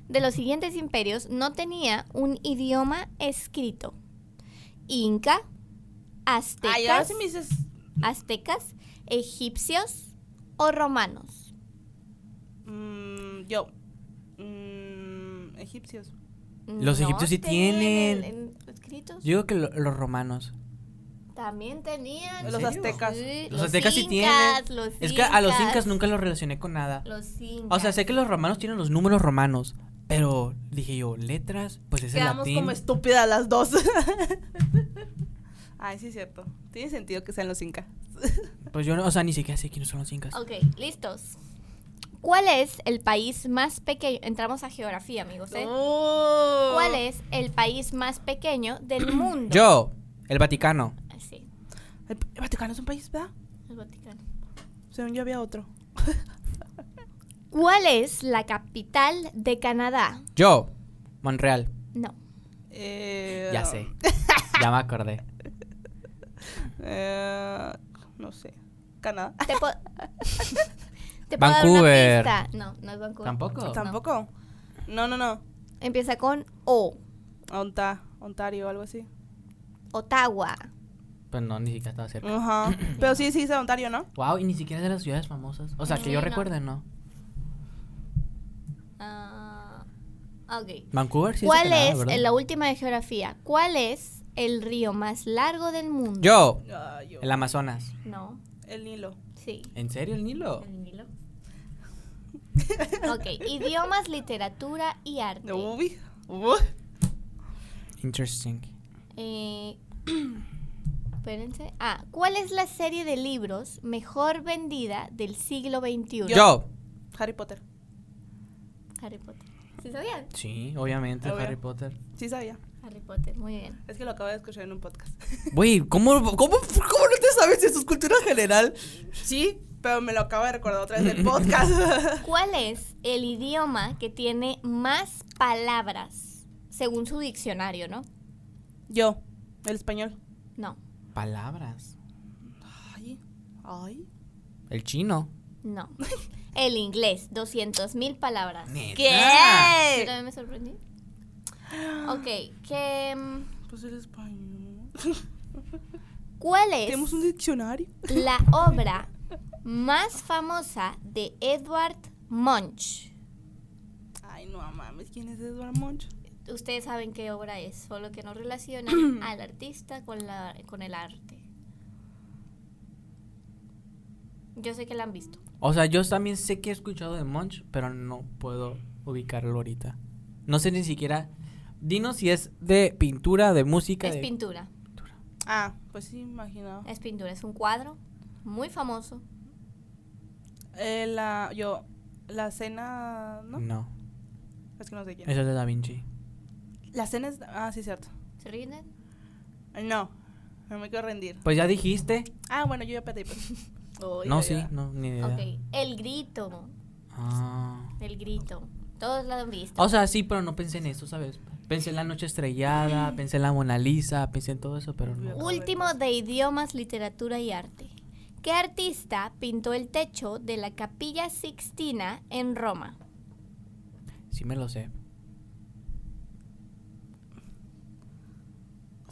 B: de los siguientes imperios no tenía un idioma escrito. Inca, aztecas,
C: Ay, ahora sí me dices.
B: aztecas, egipcios o romanos.
C: mm, yo. Mm, egipcios.
D: Los egipcios sí tienen.
B: en- escritos.
D: Yo digo que lo- los romanos.
B: También tenían.
D: ¿En
C: Los
D: serio?
C: aztecas.
B: Sí,
D: Los aztecas sí
B: incas,
D: tienen.
B: los
D: Es que a los incas
B: no.
D: nunca los relacioné con nada.
B: Los incas.
D: O sea, sé que los romanos tienen los números romanos. Pero dije yo, letras, pues es el
C: Quedamos
D: latín.
C: como estúpidas las dos. Ay, sí es cierto. Tiene sentido que sean los incas.
D: Pues yo, no- o sea, ni siquiera sé quiénes son los incas.
B: Ok, listos. ¿Cuál es el país más pequeño? Entramos a geografía, amigos. ¿eh?
C: Oh.
B: ¿Cuál es el país más pequeño del mundo? Ah,
D: Yo, el Vaticano.
B: Sí,
C: El el Vaticano es un país, ¿verdad?
B: el Vaticano.
C: Según yo había otro.
B: ¿Cuál es la capital de Canadá?
D: Yo, Monreal.
B: No.
C: Eh,
D: Ya sé. ya me acordé.
C: Eh, no sé. Canadá.
B: Te, po- Te puedo dar una
D: Vancouver.
B: pista. No, no es Vancouver.
D: ¿Tampoco?
C: Tampoco. No, no, no.
B: Empieza con O.
C: Onta, Ontario, algo así.
B: Ottawa.
D: Pues no, ni siquiera estaba cerca.
C: Ajá. Pero sí, sí, es Ontario, ¿no?
D: Wow, y ni siquiera es de las ciudades famosas. O sea, que yo
B: Sí, no.
D: recuerde, ¿no?
B: Ah, ok.
D: Vancouver sí de
B: ¿Cuál
D: Canadá,
B: es,
D: ¿verdad?
B: en la última de geografía, cuál es el río más largo del mundo?
D: Yo,
C: Ah, yo.
D: el Amazonas.
B: No,
C: El Nilo.
B: sí.
D: ¿En serio el Nilo?
B: El Nilo. ok, idiomas, literatura y arte.
C: Uy. Uy.
D: Interesting.
B: Eh, espérense. Ah, ¿cuál es la serie de libros mejor vendida del siglo XXI?
D: Yo.
C: Harry Potter.
B: Harry Potter. ¿Sí sabían?
D: Sí, obviamente,
C: Obvio.
D: Harry Potter.
C: Sí sabía.
B: Harry Potter, muy bien.
C: Es que lo acabo de escuchar en un podcast.
D: Güey, ¿cómo, cómo, cómo no te sabes eso? Es cultura general.
C: Sí, pero me lo acabo de recordar otra vez del podcast.
B: ¿Cuál es el idioma que tiene más palabras según su diccionario, no?
C: yo. El español.
B: No,
D: Palabras.
C: Ay. Ay.
D: El chino.
B: no. El inglés, 200.000 palabras. Yo
D: ¿Qué?
B: también me sorprendí. Ok, que, mm,
C: Pues el español.
B: ¿cuál es
C: Tenemos un diccionario.
B: la obra más famosa de Edward Munch?
C: Ay, no mames. ¿Quién es Eduardo Moncho?
B: Ustedes saben qué obra es, solo que no relacionan al artista con, la, con el arte. Yo sé que la han visto.
D: O sea, yo también sé que he escuchado de Munch, pero no puedo ubicarlo ahorita. No sé ni siquiera. Dinos si es de pintura, de música.
B: Es
D: de-
B: pintura,
C: Ah, pues sí, imaginaba.
B: es pintura, es un cuadro muy famoso.
C: Eh, la, yo, la cena, ¿no?
D: ¿no?
C: Es que no sé quién.
D: eso es de Da Vinci.
C: La cena es, ah, sí, cierto.
B: ¿Se rinden?
C: No, no me quiero rendir.
D: Pues ya dijiste.
C: Ah, bueno, yo ya perdí. pues. Uy,
D: no,
C: ya,
D: sí,
C: ya.
D: no, ni idea.
B: Ok, el grito,
D: Ah.
B: el grito. Todos la han visto.
D: O sea, sí, pero no pensé en eso, ¿sabes? Pensé en la noche estrellada, pensé en la Mona Lisa, pensé en todo eso, pero no.
B: Último de idiomas, literatura y arte. ¿Qué artista pintó el techo de la capilla Sixtina en Roma?
D: Sí me lo sé.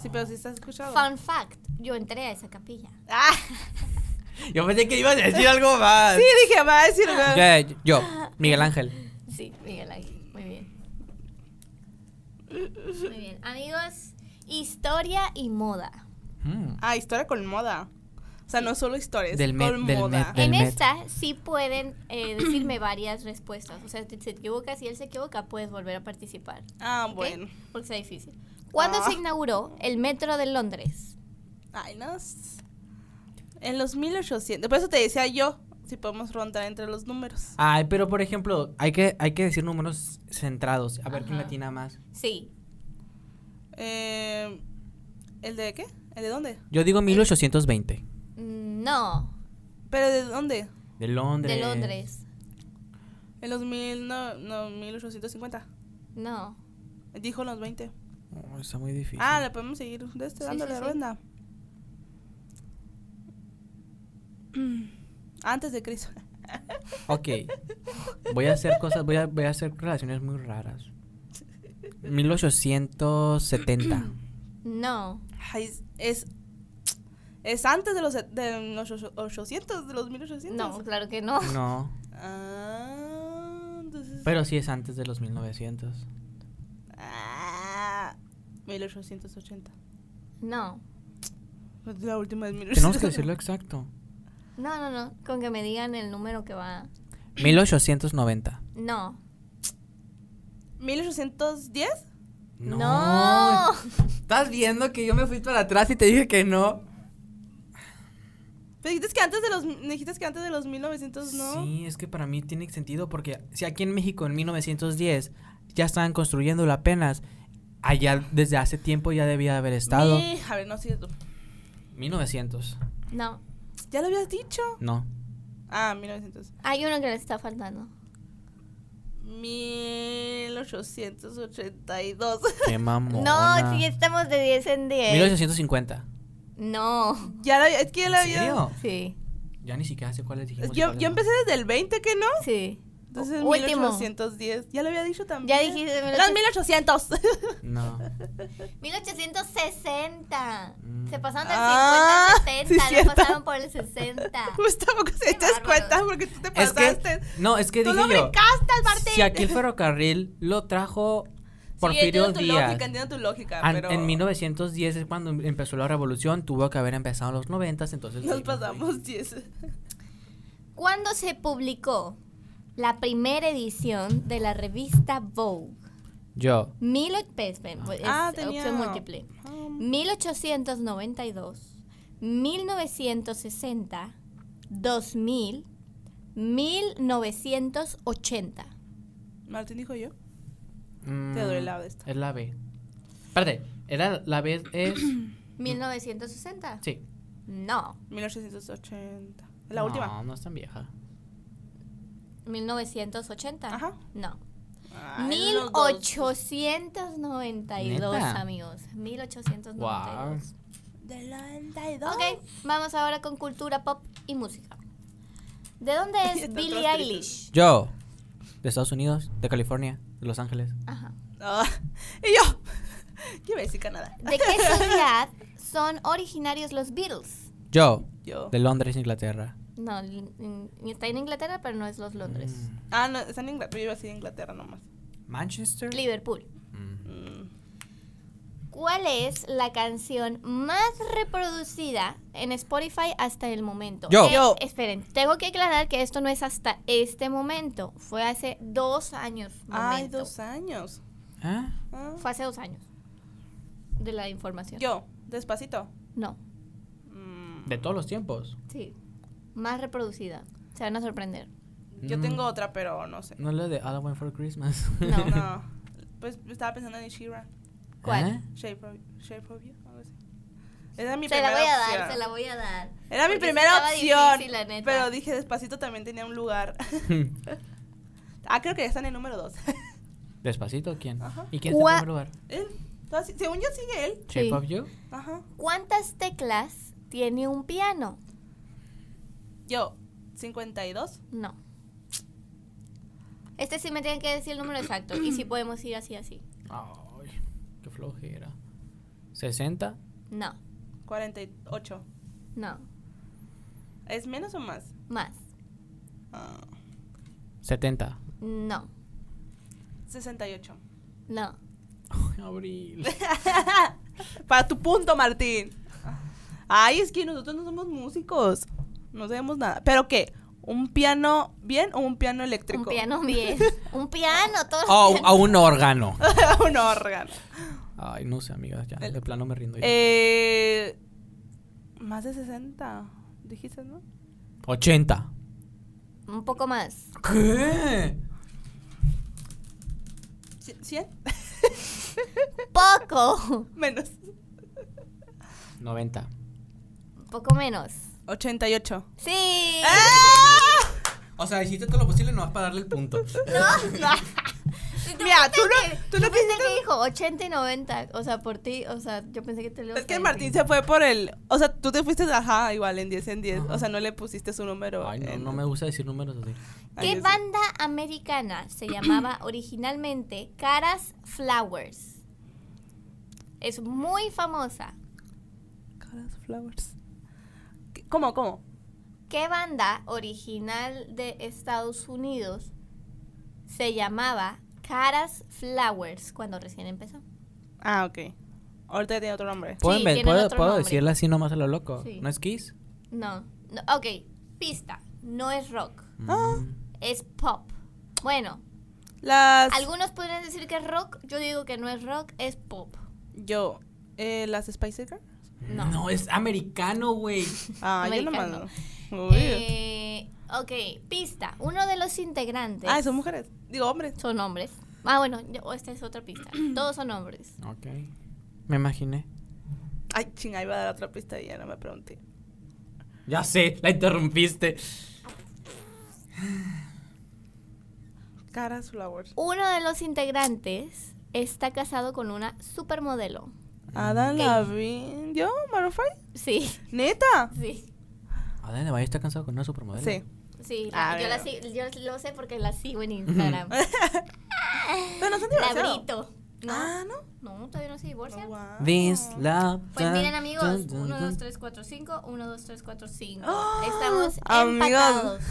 C: Sí, pero sí estás escuchado.
B: Fun fact, yo entré a esa capilla.
C: Ah,
D: Yo pensé que ibas a decir algo más.
C: sí, dije, va a decir. güey.
D: Ya, yo, Miguel Ángel.
B: Sí, Miguel Ángel, muy bien. Muy bien, amigos, historia y moda.
D: Mm.
C: Ah, historia con moda. O sea, no solo historias,
D: Del Met,
C: con
D: del
C: moda.
D: Met, del-
B: en
D: Met.
B: esta sí pueden eh, decirme varias respuestas. O sea, si te equivocas y él se equivoca, puedes volver a participar.
C: Ah,
B: ¿ok?
C: bueno.
B: Porque está difícil. ¿Cuándo
C: Ah.
B: se inauguró el metro de Londres?
C: Ay, no. s- En los 1800. Por eso te decía yo, si podemos rondar entre los números.
D: Ay, pero por ejemplo, hay que, hay que decir números centrados. A ver quién
B: Ajá.
D: latina más.
B: Sí.
C: Eh, ¿El de qué? ¿El de dónde?
D: Yo digo 1820.
B: No.
C: ¿Pero de dónde?
D: De Londres.
B: De Londres.
C: En los mil, no, no, 1850.
B: No.
C: Dijo en los 20.
D: Oh, está muy difícil.
C: Ah, le podemos seguir de este,
B: Sí,
C: dándole
B: sí, sí.
C: ronda. Antes de Cristo.
D: Ok. Voy a hacer cosas, voy a, voy a hacer relaciones muy raras. 1870.
B: No.
C: Ay, es, es, es antes de los, de los ocho- 800, de los 1800.
B: No, claro que no.
D: No.
C: Ah, entonces.
D: Pero sí es antes de los 1900.
C: Ah, 1880.
B: No.
C: La última es 1880.
D: Tenemos que decirlo exacto.
B: No, no, no. Con que me digan el número que va.
D: 1890.
B: No.
C: 1810?
B: No.
D: Estás viendo que yo me fui para atrás y te dije que no.
C: Pero dijiste que antes de los dijiste que antes de los 1900, Pues ¿no?
D: Sí, es que para mí tiene sentido porque si aquí en México en 1910 ya estaban construyéndolo apenas, allá desde hace tiempo ya debía haber estado.
C: Mi- A ver, no sigues tú.
D: 1900.
B: No.
C: Ya lo habías dicho.
D: No.
C: Ah, 1900.
B: Hay uno que le está faltando.
C: 1882.
D: Qué mamón.
B: No, sí, estamos de 10 en 10.
D: 1850.
B: No.
C: ya lo, es que ya lo
D: ¿En
C: había.
D: serio?
B: Sí.
D: Ya ni siquiera sé cuáles dijimos.
C: Es-
D: y
C: Yo,
D: cuáles
C: yo
D: no.
C: empecé desde el 20, que no?
B: Sí.
C: Entonces
B: U- último.
C: 1810. Ya lo había dicho también.
B: Ya dijiste Ah.
C: Los 1800.
D: No.
B: 1860.
D: Mm.
B: Se pasaron del
C: Ah,
B: 50 al
C: sí,
B: 60. no
C: cierto.
B: pasaron por el 60.
C: Pues tampoco se
B: Qué
C: echas
B: bárbaro.
C: cuenta porque tú te
D: Es que.
C: pasaste.
D: No, es que
C: tú
D: dije
C: lo
D: yo.
C: brincaste al Martín.
D: Si aquí el ferrocarril lo trajo
C: sí,
D: Porfirio
C: entiendo tu
D: Díaz.
C: lógica, entiendo tu lógica,
D: An-
C: pero
D: En 1910 es cuando em- empezó la revolución, tuvo que haber empezado en los 90, entonces...
C: nos
D: sí,
C: pasamos 10.
B: ¿Cuándo se publicó la primera edición de la revista Vogue?
D: Yo.
B: Mil, o- pues, ven, pues, es
C: Ah, tenía- Ah,
B: opción múltiple. 1892, 1960, 2000, 1980.
C: Martín dijo yo.
D: mm,
C: Te doy el lado de esta.
D: Es la B. Espérate, era la B es...
C: Mm.
B: 1960.
D: Sí.
B: No,
C: 1880. La
D: No,
C: última.
D: No, es tan vieja.
B: 1980.
C: Ajá.
B: No.
C: Ay, los dos.
B: 1892,
D: ¿Neta?
B: amigos.
D: Wow.
B: 1892.
C: Del 92.
B: Ok, vamos ahora con cultura pop y música. ¿De dónde
C: Está
B: es Billie
C: todo triste.
B: Eilish?
D: Yo. De Estados Unidos, de California, de Los Ángeles.
B: Ajá.
C: Ah, y yo. Yo iba a decir Canadá.
B: ¿De qué ciudad son originarios los Beatles?
D: Yo.
C: Yo.
D: De Londres, Inglaterra.
B: No, l- n- está en Inglaterra, pero no es los Londres.
D: Mm.
C: Ah, no, está en Inglaterra. Yo iba a decir Inglaterra nomás.
D: Manchester.
B: Liverpool.
D: Mm.
C: Mm.
B: ¿Cuál es la canción más reproducida en Spotify hasta el momento?
D: Yo.
B: Eh,
C: Yo.
B: Esperen, tengo que aclarar que esto no es hasta este momento. Fue hace dos años.
C: Ay,
B: momento.
C: dos años.
D: ¿Ah?
C: Ah.
B: Fue hace dos años. De la información.
C: Yo, despacito.
B: No,
C: Mm.
D: De todos los tiempos.
B: sí. Más reproducida. Se van a sorprender.
C: Yo
D: Mm.
C: tengo otra, pero no sé.
D: No es la de All I Want for Christmas.
B: No.
C: No. Pues estaba pensando en Shira.
B: ¿Cuál?
D: ¿Eh?
C: Shape of, Shape of You, algo así. Era mi
B: se la
C: primera
B: voy a dar,
C: opción.
B: se la voy a dar.
C: Era mi
B: Porque sí
C: primera
B: estaba
C: opción.
B: difícil, la neta.
C: pero dije despacito también tenía un lugar. ah, creo que ya están en número dos.
D: Despacito, ¿quién?
C: Ajá.
D: ¿Y quién está en
B: Gua-
D: primer lugar?
C: Él, todas- según yo sigue él.
D: Shape
B: Sí.
D: of You.
C: Ajá.
B: ¿Cuántas teclas tiene un piano?
C: Yo, 52.
B: No. Este sí me tienen que decir el número exacto y si podemos ir así, así.
D: Ay, qué flojera. ¿60?
B: No,
C: 48.
B: no,
C: ¿Es menos o más?
B: más.
C: Ah,
D: ¿70?
B: No,
C: 68.
B: no.
D: Abril.
C: Para tu punto, Martín. Ay, es que nosotros no somos músicos. No sabemos nada. ¿Pero qué? ¿Un piano bien o un piano eléctrico?
B: Un piano bien. Un piano, todos.
D: Oh, a un órgano.
C: un órgano.
D: Ay, no sé, amiga. Ya, de plano me rindo. ya.
C: Eh, más de 60. Dijiste, ¿no?
D: 80.
B: Un poco más.
D: ¿Qué?
C: Ci- ¿100?
B: Poco.
C: Menos.
D: 90.
B: Un poco menos.
C: 88.
B: Sí.
C: ¡Ah!
D: O sea, hiciste todo lo posible nomás para darle el punto.
B: Si te
C: Mira,
B: fijas
C: tú
B: que-
C: no, tú no
B: yo pensé
C: piensas
B: que dijo 80 y 90. O sea, por ti. O sea, yo pensé que te lo ibas
C: Es que
B: a
C: el Martín
B: decir.
C: se fue por el. O sea, tú te fuiste, ajá, igual en 10 en 10.
D: Ajá.
C: O sea, no le pusiste su número.
D: Ay, no,
C: en-
D: no me gusta decir números así.
C: Ay,
B: ¿Qué
C: yo sí.
B: banda americana se llamaba originalmente Caras Flowers? Es muy famosa.
C: Caras Flowers. ¿Qué- ¿Cómo, cómo?
B: ¿Qué banda original de Estados Unidos se llamaba Caras Flowers cuando recién empezó?
C: Ah, ok. Ahorita tiene otro nombre.
D: ¿Puedo, inven-
B: tienen
D: puedo,
B: otro
D: puedo
B: nombre.
D: decirla así nomás a lo loco?
B: Sí.
D: ¿No es Kiss?
B: No. no. Ok, pista. No es rock,
C: Ah.
D: Mm.
B: es pop. Bueno,
C: Las.
B: algunos podrían decir que es rock, yo digo que no es rock, es pop.
C: Yo. Eh, las Spice Girls.
B: No.
D: es americano, güey.
C: Ah, yo nomás
B: Americano.
C: no. Uy.
B: Eh, ok, pista. Uno de los integrantes
C: ah, son mujeres. Digo, hombres.
B: son hombres. Ah, bueno, yo- esta es otra pista. Todos son hombres.
D: Ok. Me imaginé.
C: Ay, chinga, iba a dar otra pista y ya no me pregunté.
D: Ya sé, la interrumpiste.
C: Caras Flowers.
B: Uno de los integrantes está casado con una supermodelo.
D: Mm.
C: Adam Lavigne. ¿Yo? ¿Maroon five?
B: Sí,
C: ¿Neta?
B: sí,
D: Adán Valle está cansado con una supermodelo.
C: Sí.
B: sí.
C: Ah,
B: la- yo, la
C: bueno.
B: sig- yo lo sé porque la sigo en Instagram.
C: Pero no son divorciados.
B: Labrito. No,
C: Ah, ¿no?
B: no, todavía no se divorcian.
C: Oh, wow.
D: This love.
B: Pues miren amigos,
D: dun, dun,
B: 1,
D: dun.
B: 2, 3, 4, 5, 1, 2, 3, 4, 5.
C: ¡Ah!
B: Estamos
C: Amigos.
B: empatados.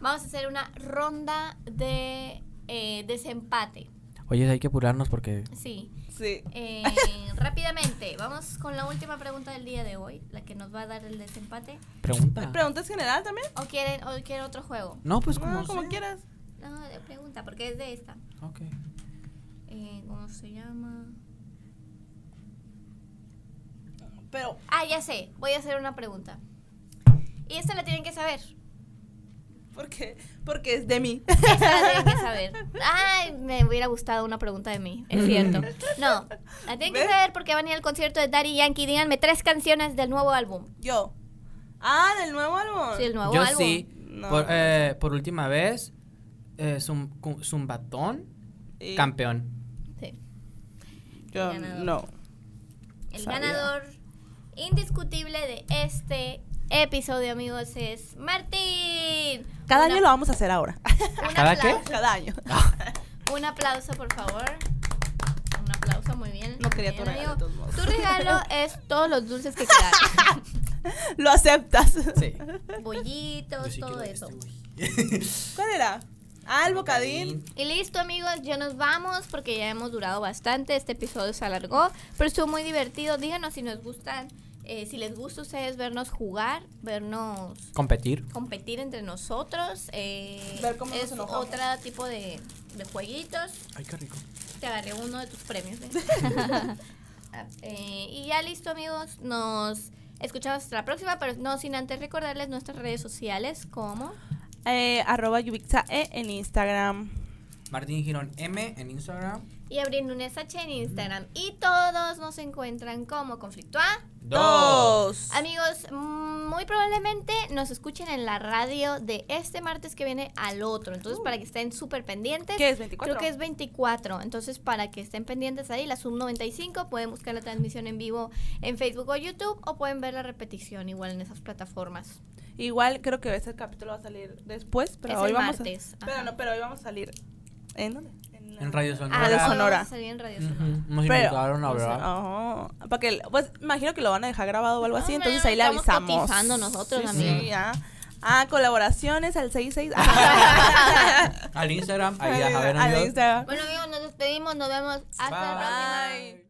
B: Vamos a hacer una ronda de eh, desempate.
D: Oye, hay que apurarnos porque.
B: Sí.
C: Sí.
B: Eh, rápidamente, vamos con la última pregunta del día de hoy, la que nos va a dar el desempate.
D: Pregunta.
C: ¿Preguntas general también?
B: ¿O quieren, o quieren otro juego?
D: No, Ah. pues como.
C: Ah, como
D: sea.
C: quieras.
B: No, de pregunta, porque es de esta.
D: Ok.
B: Eh, ¿Cómo se llama?
C: Pero
B: Ah, ya sé, voy a hacer una pregunta. Y esta la tienen que saber.
C: ¿Por qué? Porque es de mí.
B: Esta la tienen que saber. Ay, me hubiera gustado una pregunta de mí, es cierto. No, la tienen que
C: ¿Ves?
B: saber porque van a ir al concierto de Daddy Yankee. Díganme tres canciones del nuevo álbum.
C: Yo. Ah, del nuevo álbum.
B: Sí, el nuevo
D: Yo
B: álbum.
D: sí.
C: No.
D: Por, eh, por última vez, eh, zum- cu- Zumbatón,
C: Y
D: campeón.
B: Sí.
C: Yo
B: ganador.
C: no.
B: El
C: Sabía.
B: ganador indiscutible de este episodio, amigos, es Martín.
C: Cada
B: Una-
C: año lo vamos a hacer ahora.
B: un
D: ¿Cada qué?
B: aplauso-
C: Cada año.
D: Ah.
B: Un aplauso, por favor. Un aplauso, muy bien.
C: No quería tu
B: Bien,
C: regalo, de
B: amigo.
C: todos modos.
B: Tu regalo es todos los dulces que quedan.
C: Lo aceptas.
D: Sí.
B: Bollitos, todo eso.
D: este
C: ¿Cuál era? Ah, el bocadín.
B: Y listo amigos, ya nos vamos porque ya hemos durado bastante, este episodio se alargó, pero estuvo muy divertido. Díganos si nos gustan, eh, si les gusta a ustedes vernos jugar, vernos
D: Competir.
B: competir entre nosotros. eh,
C: Ver cómo nos
B: es
C: enojamos.
B: otro tipo de, de jueguitos.
D: Ay, qué rico.
B: Te agarré uno de tus premios. ¿ves? Eh, y ya listo amigos, nos escuchamos hasta la próxima, pero no sin antes recordarles nuestras redes sociales como...
C: Eh, arroba yubixa e en Instagram.
D: Martín Girón M en Instagram.
B: y abriendo un SH en Instagram. Y todos nos encuentran como Conflictua. Amigos, mm, muy probablemente nos escuchen en la radio de este martes que viene al otro. Entonces,
C: Uh.
B: para que estén súper pendientes.
C: ¿Qué es 24?
B: Creo que es 24. Entonces, para que estén pendientes ahí, la Zoom 95, pueden buscar la transmisión en vivo en Facebook o YouTube o pueden ver la repetición igual en esas plataformas.
C: Igual creo que ese capítulo va a salir después, pero
B: Es
C: hoy
B: el
C: vamos
B: martes,
C: a
B: ajá.
C: pero, no, pero hoy vamos a salir. ¿En dónde? En
B: Sonora.
D: En Radio Sonora.
C: Radio
B: Ah, no,
C: Sonora.
B: Salí en Radio
D: Ujú,
B: Sonora.
D: Nos
C: Pero-
D: invitaron a
C: no sé,
D: hablar.
C: ajá. Para que, pues, imagino que lo van a dejar grabado o algo así,
B: Hombre,
C: entonces ahí le
E: estamos
C: avisamos.
E: cotizando nosotros
C: Sí,
E: también.
C: sí, ya. Ah, colaboraciones al 66.
D: Al Instagram, ahí a
C: Al-
D: ver,
C: al
D: amigos.
C: Instagram.
B: Bueno, amigos, nos despedimos. Nos vemos. Hasta la próxima.
D: Bye.
C: Bye.